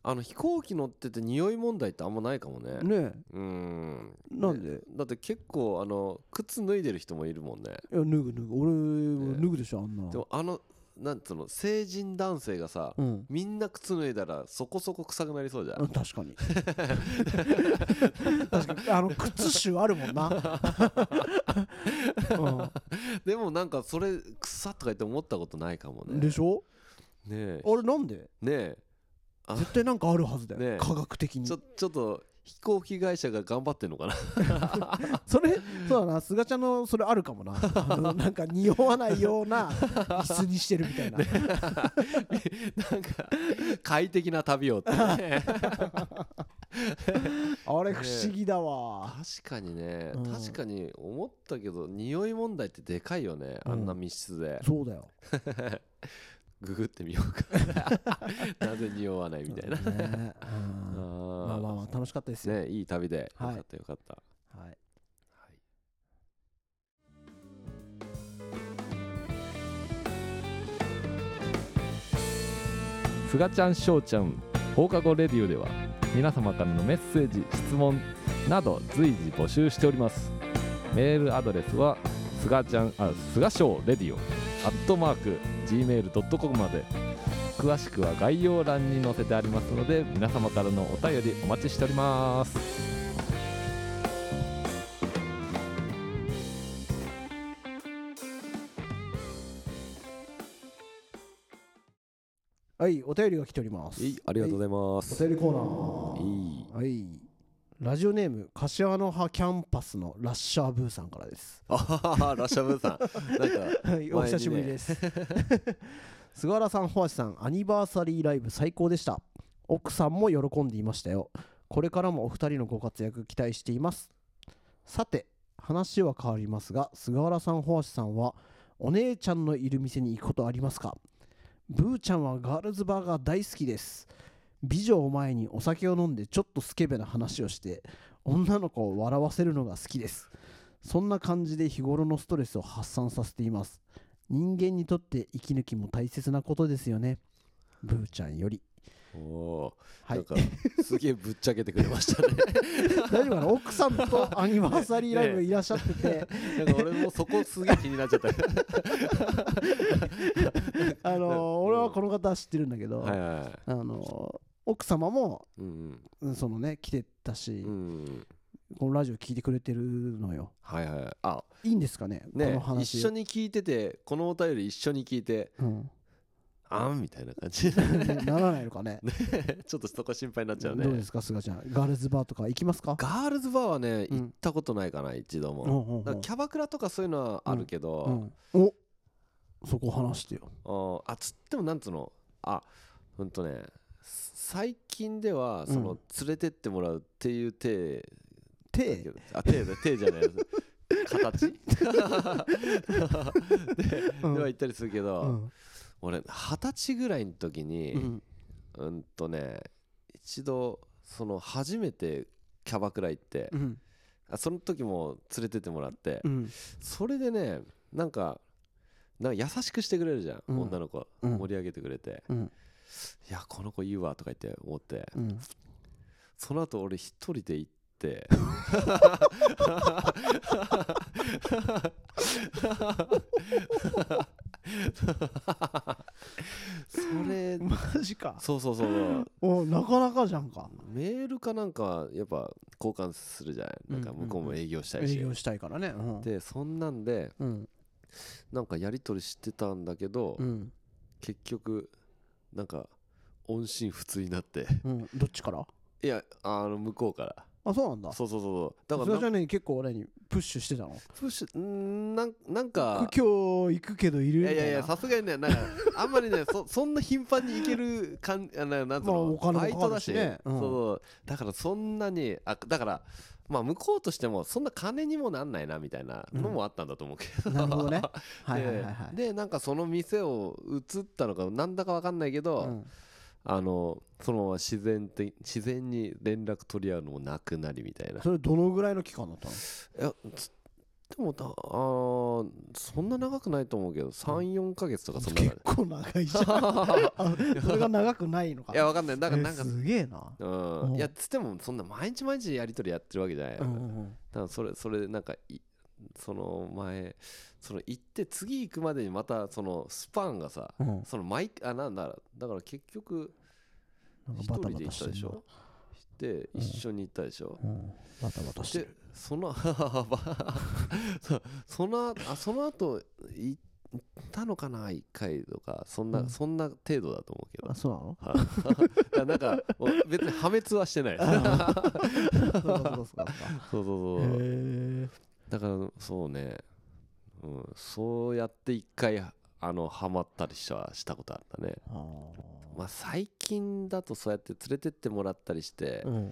[SPEAKER 2] あの飛行機乗ってて匂い問題ってあんまないかもね
[SPEAKER 1] ね
[SPEAKER 2] うん
[SPEAKER 1] なんで
[SPEAKER 2] だって結構あの靴脱いでる人もいるもんね
[SPEAKER 1] いや脱ぐ脱ぐ俺
[SPEAKER 2] ね
[SPEAKER 1] は脱ぐでしょあんな
[SPEAKER 2] でもあのなんつうの成人男性がさ
[SPEAKER 1] うん
[SPEAKER 2] みんな靴脱いだらそこそこ臭くなりそうじゃ
[SPEAKER 1] うん
[SPEAKER 2] ん
[SPEAKER 1] 確 かに確かにあの靴臭あるもんな、
[SPEAKER 2] でもなんかそれ臭とか言って思ったことないかも
[SPEAKER 1] うん、
[SPEAKER 2] ね
[SPEAKER 1] でしょ
[SPEAKER 2] ねえ
[SPEAKER 1] あれなんで
[SPEAKER 2] ねえあ
[SPEAKER 1] 絶対なんかあるはずだよ、
[SPEAKER 2] ねえ
[SPEAKER 1] 科学的に
[SPEAKER 2] ちょちょっと飛行機会社が頑張ってんの かな
[SPEAKER 1] それそうだな菅ちゃんのそれあるかもなあのなんか匂わないよう な椅子にしてるみたいな、
[SPEAKER 2] なんか快適な旅 をってね
[SPEAKER 1] あれ不思議だわ、
[SPEAKER 2] 確かにね
[SPEAKER 1] うん
[SPEAKER 2] 確かに思ったけど匂い問題ってでかいよねあんな密室で
[SPEAKER 1] そうだよ
[SPEAKER 2] ググってみようか なぜ匂わないみたいな
[SPEAKER 1] ねうんまあまあ
[SPEAKER 2] あ
[SPEAKER 1] まあ楽しかったです
[SPEAKER 2] あ
[SPEAKER 1] よ、
[SPEAKER 2] ねいい旅でよ
[SPEAKER 1] はい
[SPEAKER 2] かったよかった
[SPEAKER 1] はい、
[SPEAKER 2] はい
[SPEAKER 3] すがちゃんしょうちゃん放課後レディオでは皆様からのメッセージ質問など随時募集しておりますメールアドレスはすがちゃんあすがしょうレディオアットマーク gmail.com まで詳しくは概要欄に載せてありますので皆様からのお便りお待ちしております
[SPEAKER 1] はい、お便りが来ております
[SPEAKER 2] えいありがとうございま
[SPEAKER 1] お
[SPEAKER 2] す
[SPEAKER 1] 便りコー
[SPEAKER 2] いい
[SPEAKER 1] ナーはいラジオネーム柏の葉キャンパスのラッシャーブーさんからです
[SPEAKER 2] あははラッシャブーさんなんか
[SPEAKER 1] はいお久しぶりです、 菅原さん星さんアニバーサリーライブ最高でした奥さんも喜んでいましたよこれからもお二人のご活躍期待していますさて話は変わりますが菅原さん星さんはお姉ちゃんのいる店に行くことありますかブーちゃんはガールズバーが大好きです美女を前にお酒を飲んでちょっとスケベな話をして女の子を笑わせるのが好きですそんな感じで日頃のストレスを発散させています人間にとって息抜きも大切なことですよねブーちゃんより
[SPEAKER 2] おお
[SPEAKER 1] は
[SPEAKER 2] ー
[SPEAKER 1] い
[SPEAKER 2] なんかすげえぶっちゃけてくれましたね
[SPEAKER 1] 大丈夫かな奥さんとアニバーサリーライブいらっしゃってて、
[SPEAKER 2] なんか俺もそこすげえ気になっちゃった は
[SPEAKER 1] あのー
[SPEAKER 2] うん
[SPEAKER 1] 俺はこの方は知ってるんだけど、
[SPEAKER 2] いは
[SPEAKER 1] あのー奥様も
[SPEAKER 2] いうん
[SPEAKER 1] うんそのね来てたし、
[SPEAKER 2] うんうん
[SPEAKER 1] このラジオ聞いてくれてるのよ
[SPEAKER 2] はいはいあ
[SPEAKER 1] いいんですかねこの
[SPEAKER 2] ね
[SPEAKER 1] 話
[SPEAKER 2] 一緒に聞いててこのお便り一緒に聞いて
[SPEAKER 1] うん、
[SPEAKER 2] あんみたいな感じ
[SPEAKER 1] ならないのかね
[SPEAKER 2] ちょっとそこ心配になっちゃう
[SPEAKER 1] どうで
[SPEAKER 2] ね
[SPEAKER 1] すかすがちゃんガールズバーとか行きますか
[SPEAKER 2] ガールズバーはね
[SPEAKER 1] うん
[SPEAKER 2] 行ったことないかな一度
[SPEAKER 1] うんう
[SPEAKER 2] も
[SPEAKER 1] んうん
[SPEAKER 2] だからキャバクラとかそういうのはあるけ
[SPEAKER 1] う
[SPEAKER 2] ど
[SPEAKER 1] んおそこ話してよ
[SPEAKER 2] ああつってもなんつうのあほんとね最近で
[SPEAKER 1] う
[SPEAKER 2] は
[SPEAKER 1] ん
[SPEAKER 2] その連れてってもらうっていう手だけ
[SPEAKER 1] 手
[SPEAKER 2] どあ手だ手じゃない 形
[SPEAKER 1] う
[SPEAKER 2] で
[SPEAKER 1] ん
[SPEAKER 2] は行ったりするけ
[SPEAKER 1] う
[SPEAKER 2] ど
[SPEAKER 1] ん
[SPEAKER 2] 俺二十歳ぐらいの時
[SPEAKER 1] う
[SPEAKER 2] に
[SPEAKER 1] ん
[SPEAKER 2] うんとね一度その初めてキャバクラ行って
[SPEAKER 1] うん
[SPEAKER 2] あその時も連れてってもらって
[SPEAKER 1] うん
[SPEAKER 2] それでねなんかなんか優しくしてくれるじゃん、
[SPEAKER 1] うん
[SPEAKER 2] 女の子、
[SPEAKER 1] うん
[SPEAKER 2] 盛り上げてくれて
[SPEAKER 1] うん
[SPEAKER 2] 「いやこの子いいわ」とか言って思って
[SPEAKER 1] うん
[SPEAKER 2] その後俺一人で行ってそれ
[SPEAKER 1] マジか
[SPEAKER 2] そうそうそうそう
[SPEAKER 1] おなかなかじゃんか
[SPEAKER 2] メールかなんかやっぱ交換するじゃないなんか向こうも営業したい
[SPEAKER 1] 営
[SPEAKER 2] し、
[SPEAKER 1] 業したいからねうん
[SPEAKER 2] でそんなんで
[SPEAKER 1] うん
[SPEAKER 2] なんかやり取りしてたんだけど、
[SPEAKER 1] うん
[SPEAKER 2] 結局なんか音信不通になって
[SPEAKER 1] うんどっちから
[SPEAKER 2] いやあの向こうから
[SPEAKER 1] あそうなんだそ
[SPEAKER 2] そうそうそうそうだか
[SPEAKER 1] れ
[SPEAKER 2] ら
[SPEAKER 1] じゃ
[SPEAKER 2] な
[SPEAKER 1] あね結構何プッシュしてたの
[SPEAKER 2] プッシュんーなんなんか
[SPEAKER 1] 今日行くけどいる
[SPEAKER 2] い
[SPEAKER 1] みたい
[SPEAKER 2] やい
[SPEAKER 1] な
[SPEAKER 2] やいやさすがにねなんかあんまりねそ そんな頻繁に行けるかん あななんつうの、
[SPEAKER 1] まあお金も
[SPEAKER 2] バイトだし
[SPEAKER 1] かかるしねうん
[SPEAKER 2] そうそうだからそんなにあだからまあ向こうとしてもそんな金にもなんないなみたいなのもあったんだと思うけど、
[SPEAKER 1] なるほど ねはい
[SPEAKER 2] で
[SPEAKER 1] はいはいはい
[SPEAKER 2] でなんかその店を移ったのかなんだかわかんないけど、
[SPEAKER 1] うん
[SPEAKER 2] あのそのまま自然的自然に連絡取り合うのもなくなりみたいな
[SPEAKER 1] それどのぐらいの期間だったの
[SPEAKER 2] いやつでもだあーそんな長くないと思うけど34ヶ月とかそんな
[SPEAKER 1] 結構長いじ ゃんあそれが長くないのか
[SPEAKER 2] いやわかんないなんか
[SPEAKER 1] え
[SPEAKER 2] なんか
[SPEAKER 1] すげえな
[SPEAKER 2] うん
[SPEAKER 1] うん
[SPEAKER 2] いやつってもそんな毎日毎日やり取りやってるわけじゃない、
[SPEAKER 1] うん
[SPEAKER 2] だ
[SPEAKER 1] うん
[SPEAKER 2] からそれそれでなんかいその前その行って次行くまでにまたそのスパンがさ
[SPEAKER 1] うんうん
[SPEAKER 2] その毎あなんだだから結局
[SPEAKER 1] なん
[SPEAKER 2] 一
[SPEAKER 1] かバタ
[SPEAKER 2] 人
[SPEAKER 1] バ
[SPEAKER 2] で
[SPEAKER 1] タ
[SPEAKER 2] 行っ
[SPEAKER 1] したて
[SPEAKER 2] で
[SPEAKER 1] る
[SPEAKER 2] し
[SPEAKER 1] な
[SPEAKER 2] ょで
[SPEAKER 1] うん
[SPEAKER 2] 一緒に行ったでしょ、
[SPEAKER 1] うんバタバタして
[SPEAKER 2] で
[SPEAKER 1] る
[SPEAKER 2] その ばそそのあその後行ったのかな一回とかそんな、
[SPEAKER 1] うん
[SPEAKER 2] そんな程度だと思うけど
[SPEAKER 1] あそうなの
[SPEAKER 2] はい だからなんかもう別に破滅はしてない
[SPEAKER 1] そうかそうかそうかへ
[SPEAKER 2] そうそうそう
[SPEAKER 1] ー
[SPEAKER 2] だからそうね、うん、そうやって一回あのハマったりしたしたことあったね
[SPEAKER 1] あ
[SPEAKER 2] まあ最近だとそうやって連れてってもらったりして、
[SPEAKER 1] ーうん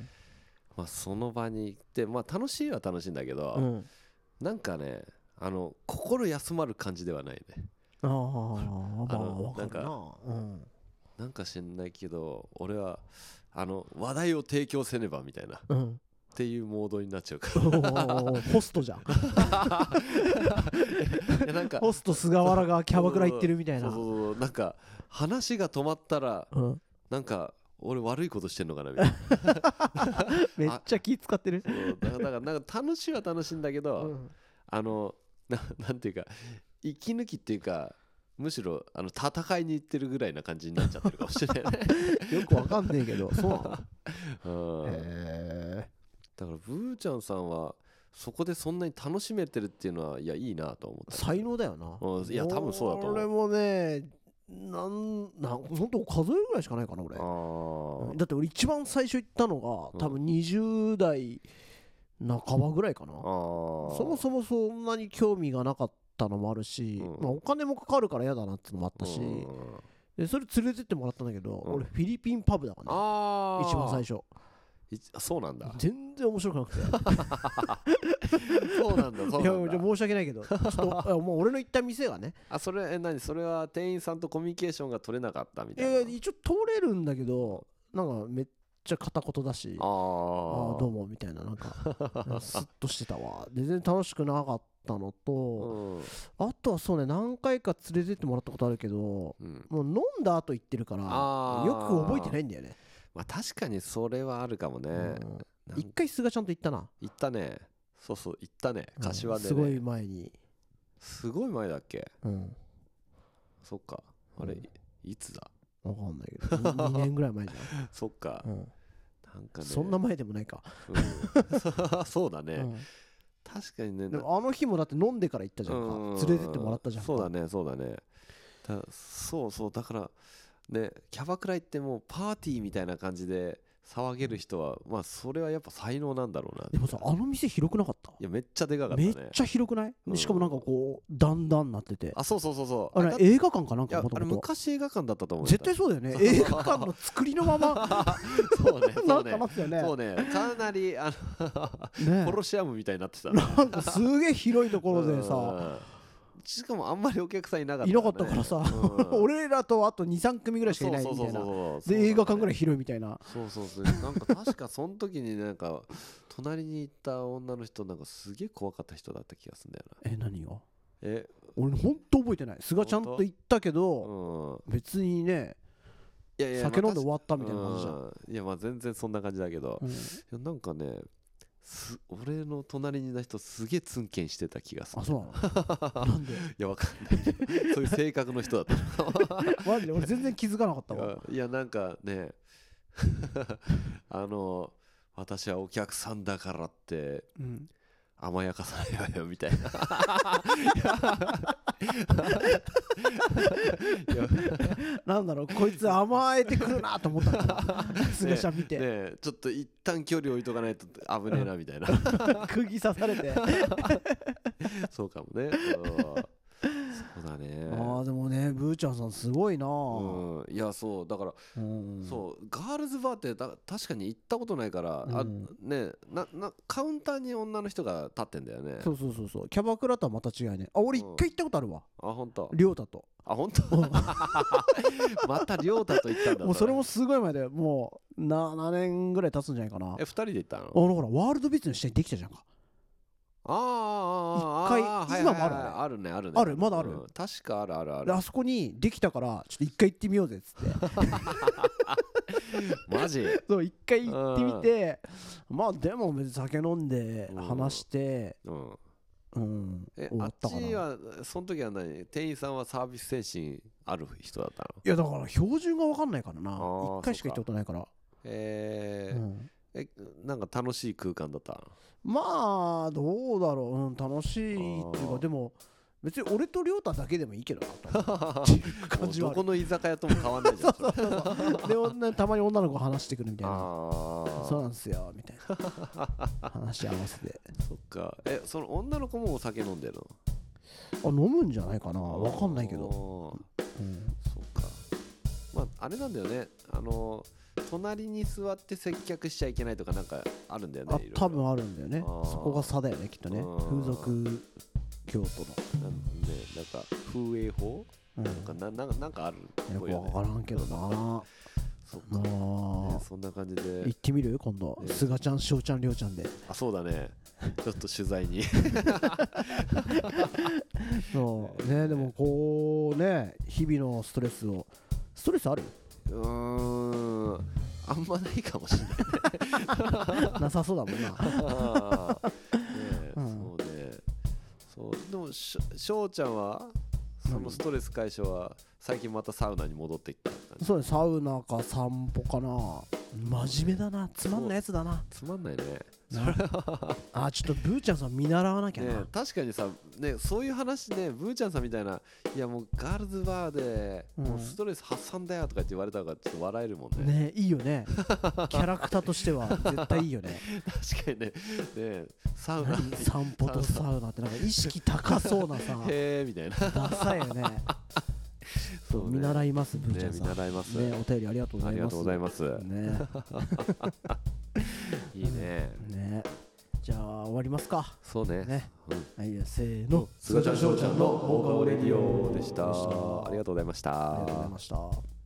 [SPEAKER 2] まあ、その場に行ってまあ楽しいは楽しいんだけど、
[SPEAKER 1] うん
[SPEAKER 2] なんかねあの心休まる感じではないね
[SPEAKER 1] ああまあわか
[SPEAKER 2] なん
[SPEAKER 1] る
[SPEAKER 2] か
[SPEAKER 1] なうん
[SPEAKER 2] なんか知んないけど俺はあの話題を提供せねばみたいなっ
[SPEAKER 1] うん
[SPEAKER 2] ていうモードになっちゃうか
[SPEAKER 1] おーホストじゃん
[SPEAKER 2] ら いやなんか
[SPEAKER 1] ホスト菅原がキャバクラ行ってるみたいな
[SPEAKER 2] そうそうそうなんか話が止まったら
[SPEAKER 1] うん
[SPEAKER 2] なんか俺悪いことしてんのかなみたいな
[SPEAKER 1] めっちゃ気使ってる
[SPEAKER 2] そうだからだからなんか楽しいは楽しいんだけど、
[SPEAKER 1] うん
[SPEAKER 2] あのななんていうか息抜きっていうかむしろあの戦いに行ってるぐらいな感じになっちゃってるかもしれない ね、
[SPEAKER 1] よくわかんねえけどそうな の
[SPEAKER 2] うん
[SPEAKER 1] へ
[SPEAKER 2] だからブーちゃんさんはそこでそんなに楽しめてるっていうのはいやいいなと思った
[SPEAKER 1] 才能だよな
[SPEAKER 2] うんいや多分そうだと思う
[SPEAKER 1] 俺もねなんなん本当数えるぐらいしかないかな俺
[SPEAKER 2] あー
[SPEAKER 1] だって俺一番最初行ったのが多分20代半ばぐらいかな
[SPEAKER 2] あー
[SPEAKER 1] そもそもそんなに興味がなかったのもあるし、
[SPEAKER 2] うん
[SPEAKER 1] まあ、お金もかかるから嫌だなってのもあったし、
[SPEAKER 2] うん
[SPEAKER 1] でそれ連れてってもらったんだけど、
[SPEAKER 2] うん
[SPEAKER 1] 俺フィリピンパブだからね
[SPEAKER 2] あー
[SPEAKER 1] 一番最初
[SPEAKER 2] いあそ うなんだ
[SPEAKER 1] 全然面白くなくて
[SPEAKER 2] そうなんだそう
[SPEAKER 1] いや
[SPEAKER 2] なん
[SPEAKER 1] じゃあ
[SPEAKER 2] だ
[SPEAKER 1] 申し訳ないけどちょっと あもう俺の行った店がね
[SPEAKER 2] あそれえ何それは店員さんとコミュニケーションが取れなかったみ
[SPEAKER 1] い
[SPEAKER 2] たいな
[SPEAKER 1] やいや一応通れるんだけどなんかめっちゃ片言だし
[SPEAKER 2] あ
[SPEAKER 1] あ
[SPEAKER 2] ー
[SPEAKER 1] あどうもみたいななんかうんスッとしてたわで全然楽しくなかったのと、
[SPEAKER 2] うん
[SPEAKER 1] あとはそうね何回か連れてってもらったことあるけど
[SPEAKER 2] うん
[SPEAKER 1] もう飲んだ後行ってるから
[SPEAKER 2] あー
[SPEAKER 1] よく覚えてないんだよね、
[SPEAKER 2] まあ確かにそれはあるかもね
[SPEAKER 1] うん
[SPEAKER 2] なん
[SPEAKER 1] 一回菅ちゃんと行ったな
[SPEAKER 2] 行ったねそうそう行ったね
[SPEAKER 1] うん
[SPEAKER 2] 柏です
[SPEAKER 1] ご
[SPEAKER 2] ね
[SPEAKER 1] い前に、
[SPEAKER 2] すごい前だっけ
[SPEAKER 1] うん、
[SPEAKER 2] そっかあれ
[SPEAKER 1] うん
[SPEAKER 2] いつだ
[SPEAKER 1] わかんないけど2 年ぐらい前じ
[SPEAKER 2] そっか
[SPEAKER 1] ゃん、うん
[SPEAKER 2] なんかね
[SPEAKER 1] そんな前でもないか、
[SPEAKER 2] うん そうだね、
[SPEAKER 1] うん
[SPEAKER 2] 確かにね
[SPEAKER 1] でもあの日もだって飲んでから行ったじゃんか
[SPEAKER 2] うん
[SPEAKER 1] 連れてってもらったじゃんか
[SPEAKER 2] そうだねそうだねだそうそうだからねキャバクラ行ってもうパーティーみたいな感じで騒げる人はまあそれはやっぱ才能なんだろうな
[SPEAKER 1] でもさあの店広くなかった
[SPEAKER 2] いやめっちゃでかかった
[SPEAKER 1] め
[SPEAKER 2] ね
[SPEAKER 1] っちゃ広くない、
[SPEAKER 2] うん
[SPEAKER 1] しかもなんかこうだんだんなってて
[SPEAKER 2] あそうそうそうそう
[SPEAKER 1] あれ
[SPEAKER 2] だい
[SPEAKER 1] 映画館かなんか
[SPEAKER 2] や
[SPEAKER 1] もと
[SPEAKER 2] あれ
[SPEAKER 1] もと
[SPEAKER 2] 昔映画館だったと思うよ
[SPEAKER 1] 絶対そうだよね映画館の作りのまま
[SPEAKER 2] そうね
[SPEAKER 1] な
[SPEAKER 2] そう
[SPEAKER 1] か
[SPEAKER 2] んね
[SPEAKER 1] なってたよね
[SPEAKER 2] そうねかなりあの
[SPEAKER 1] ね
[SPEAKER 2] コロシアムみたいになってたね
[SPEAKER 1] なんかすげえ広いところでさ
[SPEAKER 2] うんしかもあんまりお客さんいなかったね
[SPEAKER 1] いなかったからさ、
[SPEAKER 2] う ん
[SPEAKER 1] 俺らとあと23組ぐらいしかいないみたいなで映画館ぐらい
[SPEAKER 2] い
[SPEAKER 1] 広いみたいな
[SPEAKER 2] そうそうそうなんか確かその時になんか隣に行った女の人なんかすげえ怖かった人だった気がするんだよな
[SPEAKER 1] え何が
[SPEAKER 2] え
[SPEAKER 1] 俺ほんと覚えてない菅ちゃんと行ったけ
[SPEAKER 2] う
[SPEAKER 1] ど
[SPEAKER 2] ん
[SPEAKER 1] 別にね
[SPEAKER 2] いやいや
[SPEAKER 1] 酒飲んで終
[SPEAKER 2] わっ
[SPEAKER 1] わったみたいな感じじゃん、
[SPEAKER 2] いやまあ全然そんな感じだけど
[SPEAKER 1] うん
[SPEAKER 2] いやなんかねす俺の隣にいた人すげえツンケンしてた気がする
[SPEAKER 1] あそう なのなんで
[SPEAKER 2] いやわかんない けどそういう性格の人だった
[SPEAKER 1] マジで俺全然気づかなかった
[SPEAKER 2] いや
[SPEAKER 1] わ
[SPEAKER 2] いやなんかね あの私はお客さんだからって
[SPEAKER 1] うん
[SPEAKER 2] 甘やかさないわよみたいないや
[SPEAKER 1] なんだろうこいつ甘えてくるなと思ったのかな菅ちゃん見て、
[SPEAKER 2] ねえちょっと一旦距離置いとかないと危ねえなみたいな
[SPEAKER 1] 釘刺されてあ
[SPEAKER 2] そうかもねうんそうだね
[SPEAKER 1] あでもねブーちゃんさんすごいな
[SPEAKER 2] うん、いやそうだから、
[SPEAKER 1] うん
[SPEAKER 2] そうガールズバーってだ確かに行ったことないから、あ
[SPEAKER 1] うん
[SPEAKER 2] ねえななカウンターに女の人が立ってんだよね
[SPEAKER 1] そうそうそうそうキャバクラとはまた違いねあ俺一回行ったことあるわ
[SPEAKER 2] あ本当。
[SPEAKER 1] 亮太と
[SPEAKER 2] あ本当 また亮太と行ったんだ
[SPEAKER 1] もうそれもすごい前でもう7年ぐらい経つんじゃないかなあ
[SPEAKER 2] え二人で行ったの
[SPEAKER 1] のほらワールドビーツの下にできたじゃんか
[SPEAKER 2] あーあーあー
[SPEAKER 1] 一回
[SPEAKER 2] あーはいはい
[SPEAKER 1] 今もあるね
[SPEAKER 2] はいあるねあるね
[SPEAKER 1] あるまだある
[SPEAKER 2] うん確かあるあるあ
[SPEAKER 1] で
[SPEAKER 2] る
[SPEAKER 1] あそこにできたからちょっと一回行ってみようぜっつって
[SPEAKER 2] マジ
[SPEAKER 1] そう一回行ってみてまあでも別に酒飲んで
[SPEAKER 2] うん
[SPEAKER 1] 話して
[SPEAKER 2] うん
[SPEAKER 1] うん
[SPEAKER 2] え
[SPEAKER 1] 終
[SPEAKER 2] あ
[SPEAKER 1] わ
[SPEAKER 2] っ
[SPEAKER 1] った
[SPEAKER 2] ち
[SPEAKER 1] かない
[SPEAKER 2] はその時は何店員さんはサービス精神ある人だったの
[SPEAKER 1] やだから標準が分かんないからな
[SPEAKER 2] ー
[SPEAKER 1] 一回しか行ったことないから
[SPEAKER 2] えー
[SPEAKER 1] うん
[SPEAKER 2] えなんか楽しい空間だった
[SPEAKER 1] まあどうだろううん楽しいっていう
[SPEAKER 2] あ
[SPEAKER 1] か
[SPEAKER 2] ー
[SPEAKER 1] でも別に俺と亮太だけでもいいけど なと思う
[SPEAKER 2] の
[SPEAKER 1] っていう感じ
[SPEAKER 2] も
[SPEAKER 1] は
[SPEAKER 2] う
[SPEAKER 1] あ
[SPEAKER 2] どこ
[SPEAKER 1] る
[SPEAKER 2] の居酒屋とも変わんな いじゃんそれ
[SPEAKER 1] で女たまに女の子話してくるみたいな
[SPEAKER 2] ああ
[SPEAKER 1] そうなんすよみたい な話合わせて
[SPEAKER 2] そっかえその女の子もお酒飲んでる
[SPEAKER 1] あ
[SPEAKER 2] の
[SPEAKER 1] 飲むんじゃないかな分かんないけど、
[SPEAKER 2] ど
[SPEAKER 1] うん
[SPEAKER 2] そっかまああれなんだよねあの隣に座って接客しちゃいけないとかなんかあるんだよね
[SPEAKER 1] あ
[SPEAKER 2] いろいろ
[SPEAKER 1] 多分あるんだよね
[SPEAKER 2] あー
[SPEAKER 1] そこが差だよねきっとね
[SPEAKER 2] うん
[SPEAKER 1] 風俗京都
[SPEAKER 2] なんでなんか風営法
[SPEAKER 1] の、
[SPEAKER 2] なんかなななんかある
[SPEAKER 1] うん、よ
[SPEAKER 2] っぽ
[SPEAKER 1] く
[SPEAKER 2] いよね
[SPEAKER 1] 分からんけどな
[SPEAKER 2] そっか、
[SPEAKER 1] まあ
[SPEAKER 2] ねそんな感じで
[SPEAKER 1] 行ってみる今度
[SPEAKER 2] ええ
[SPEAKER 1] すがちゃんしょうちゃんりょうちゃんで
[SPEAKER 2] あそうだねちょっと取材に
[SPEAKER 1] そうねでもこうね日々のストレスをストレス ある
[SPEAKER 2] うーんあんまないか もしれない
[SPEAKER 1] なさそうだもんな
[SPEAKER 2] あーねえ
[SPEAKER 1] うん
[SPEAKER 2] そうねそうでもしょしょうちゃんはその
[SPEAKER 1] 何
[SPEAKER 2] ストレス解消は最近またサウナに戻ってきた感じ
[SPEAKER 1] そうねサウナか散歩かな真面目だなつまんないやつだな
[SPEAKER 2] つまんないね
[SPEAKER 1] あちょっとブーちゃんさん見習わなきゃ
[SPEAKER 2] ね
[SPEAKER 1] な、
[SPEAKER 2] え確かにさ、ね、そういう話ねブーちゃんさんみたいないやもうガールズバーで
[SPEAKER 1] うん
[SPEAKER 2] もうストレス発散だよとかって言われたからちょっと笑えるもんね
[SPEAKER 1] ねいいよねキャラクターとしては絶対いいよね
[SPEAKER 2] 確かにねねえサウナ
[SPEAKER 1] 何散歩とサウナってなんか意識高そうなさ
[SPEAKER 2] へえみたいな
[SPEAKER 1] ダサいよねそう
[SPEAKER 2] そうね
[SPEAKER 1] 見習いますブーちゃ
[SPEAKER 2] ね
[SPEAKER 1] ん
[SPEAKER 2] 見
[SPEAKER 1] さんね
[SPEAKER 2] 習います、
[SPEAKER 1] お便りありがとうご
[SPEAKER 2] あ
[SPEAKER 1] ざい
[SPEAKER 2] りが
[SPEAKER 1] ます
[SPEAKER 2] とうございます、
[SPEAKER 1] ね
[SPEAKER 2] いいね
[SPEAKER 1] ねじゃあ終わりますか
[SPEAKER 2] そうね
[SPEAKER 1] ね
[SPEAKER 2] うん
[SPEAKER 1] はいせーの
[SPEAKER 2] すがちゃんしょうちゃんの放課後レディオでしたありがとうございまし
[SPEAKER 1] あ
[SPEAKER 2] た
[SPEAKER 1] りがとうございました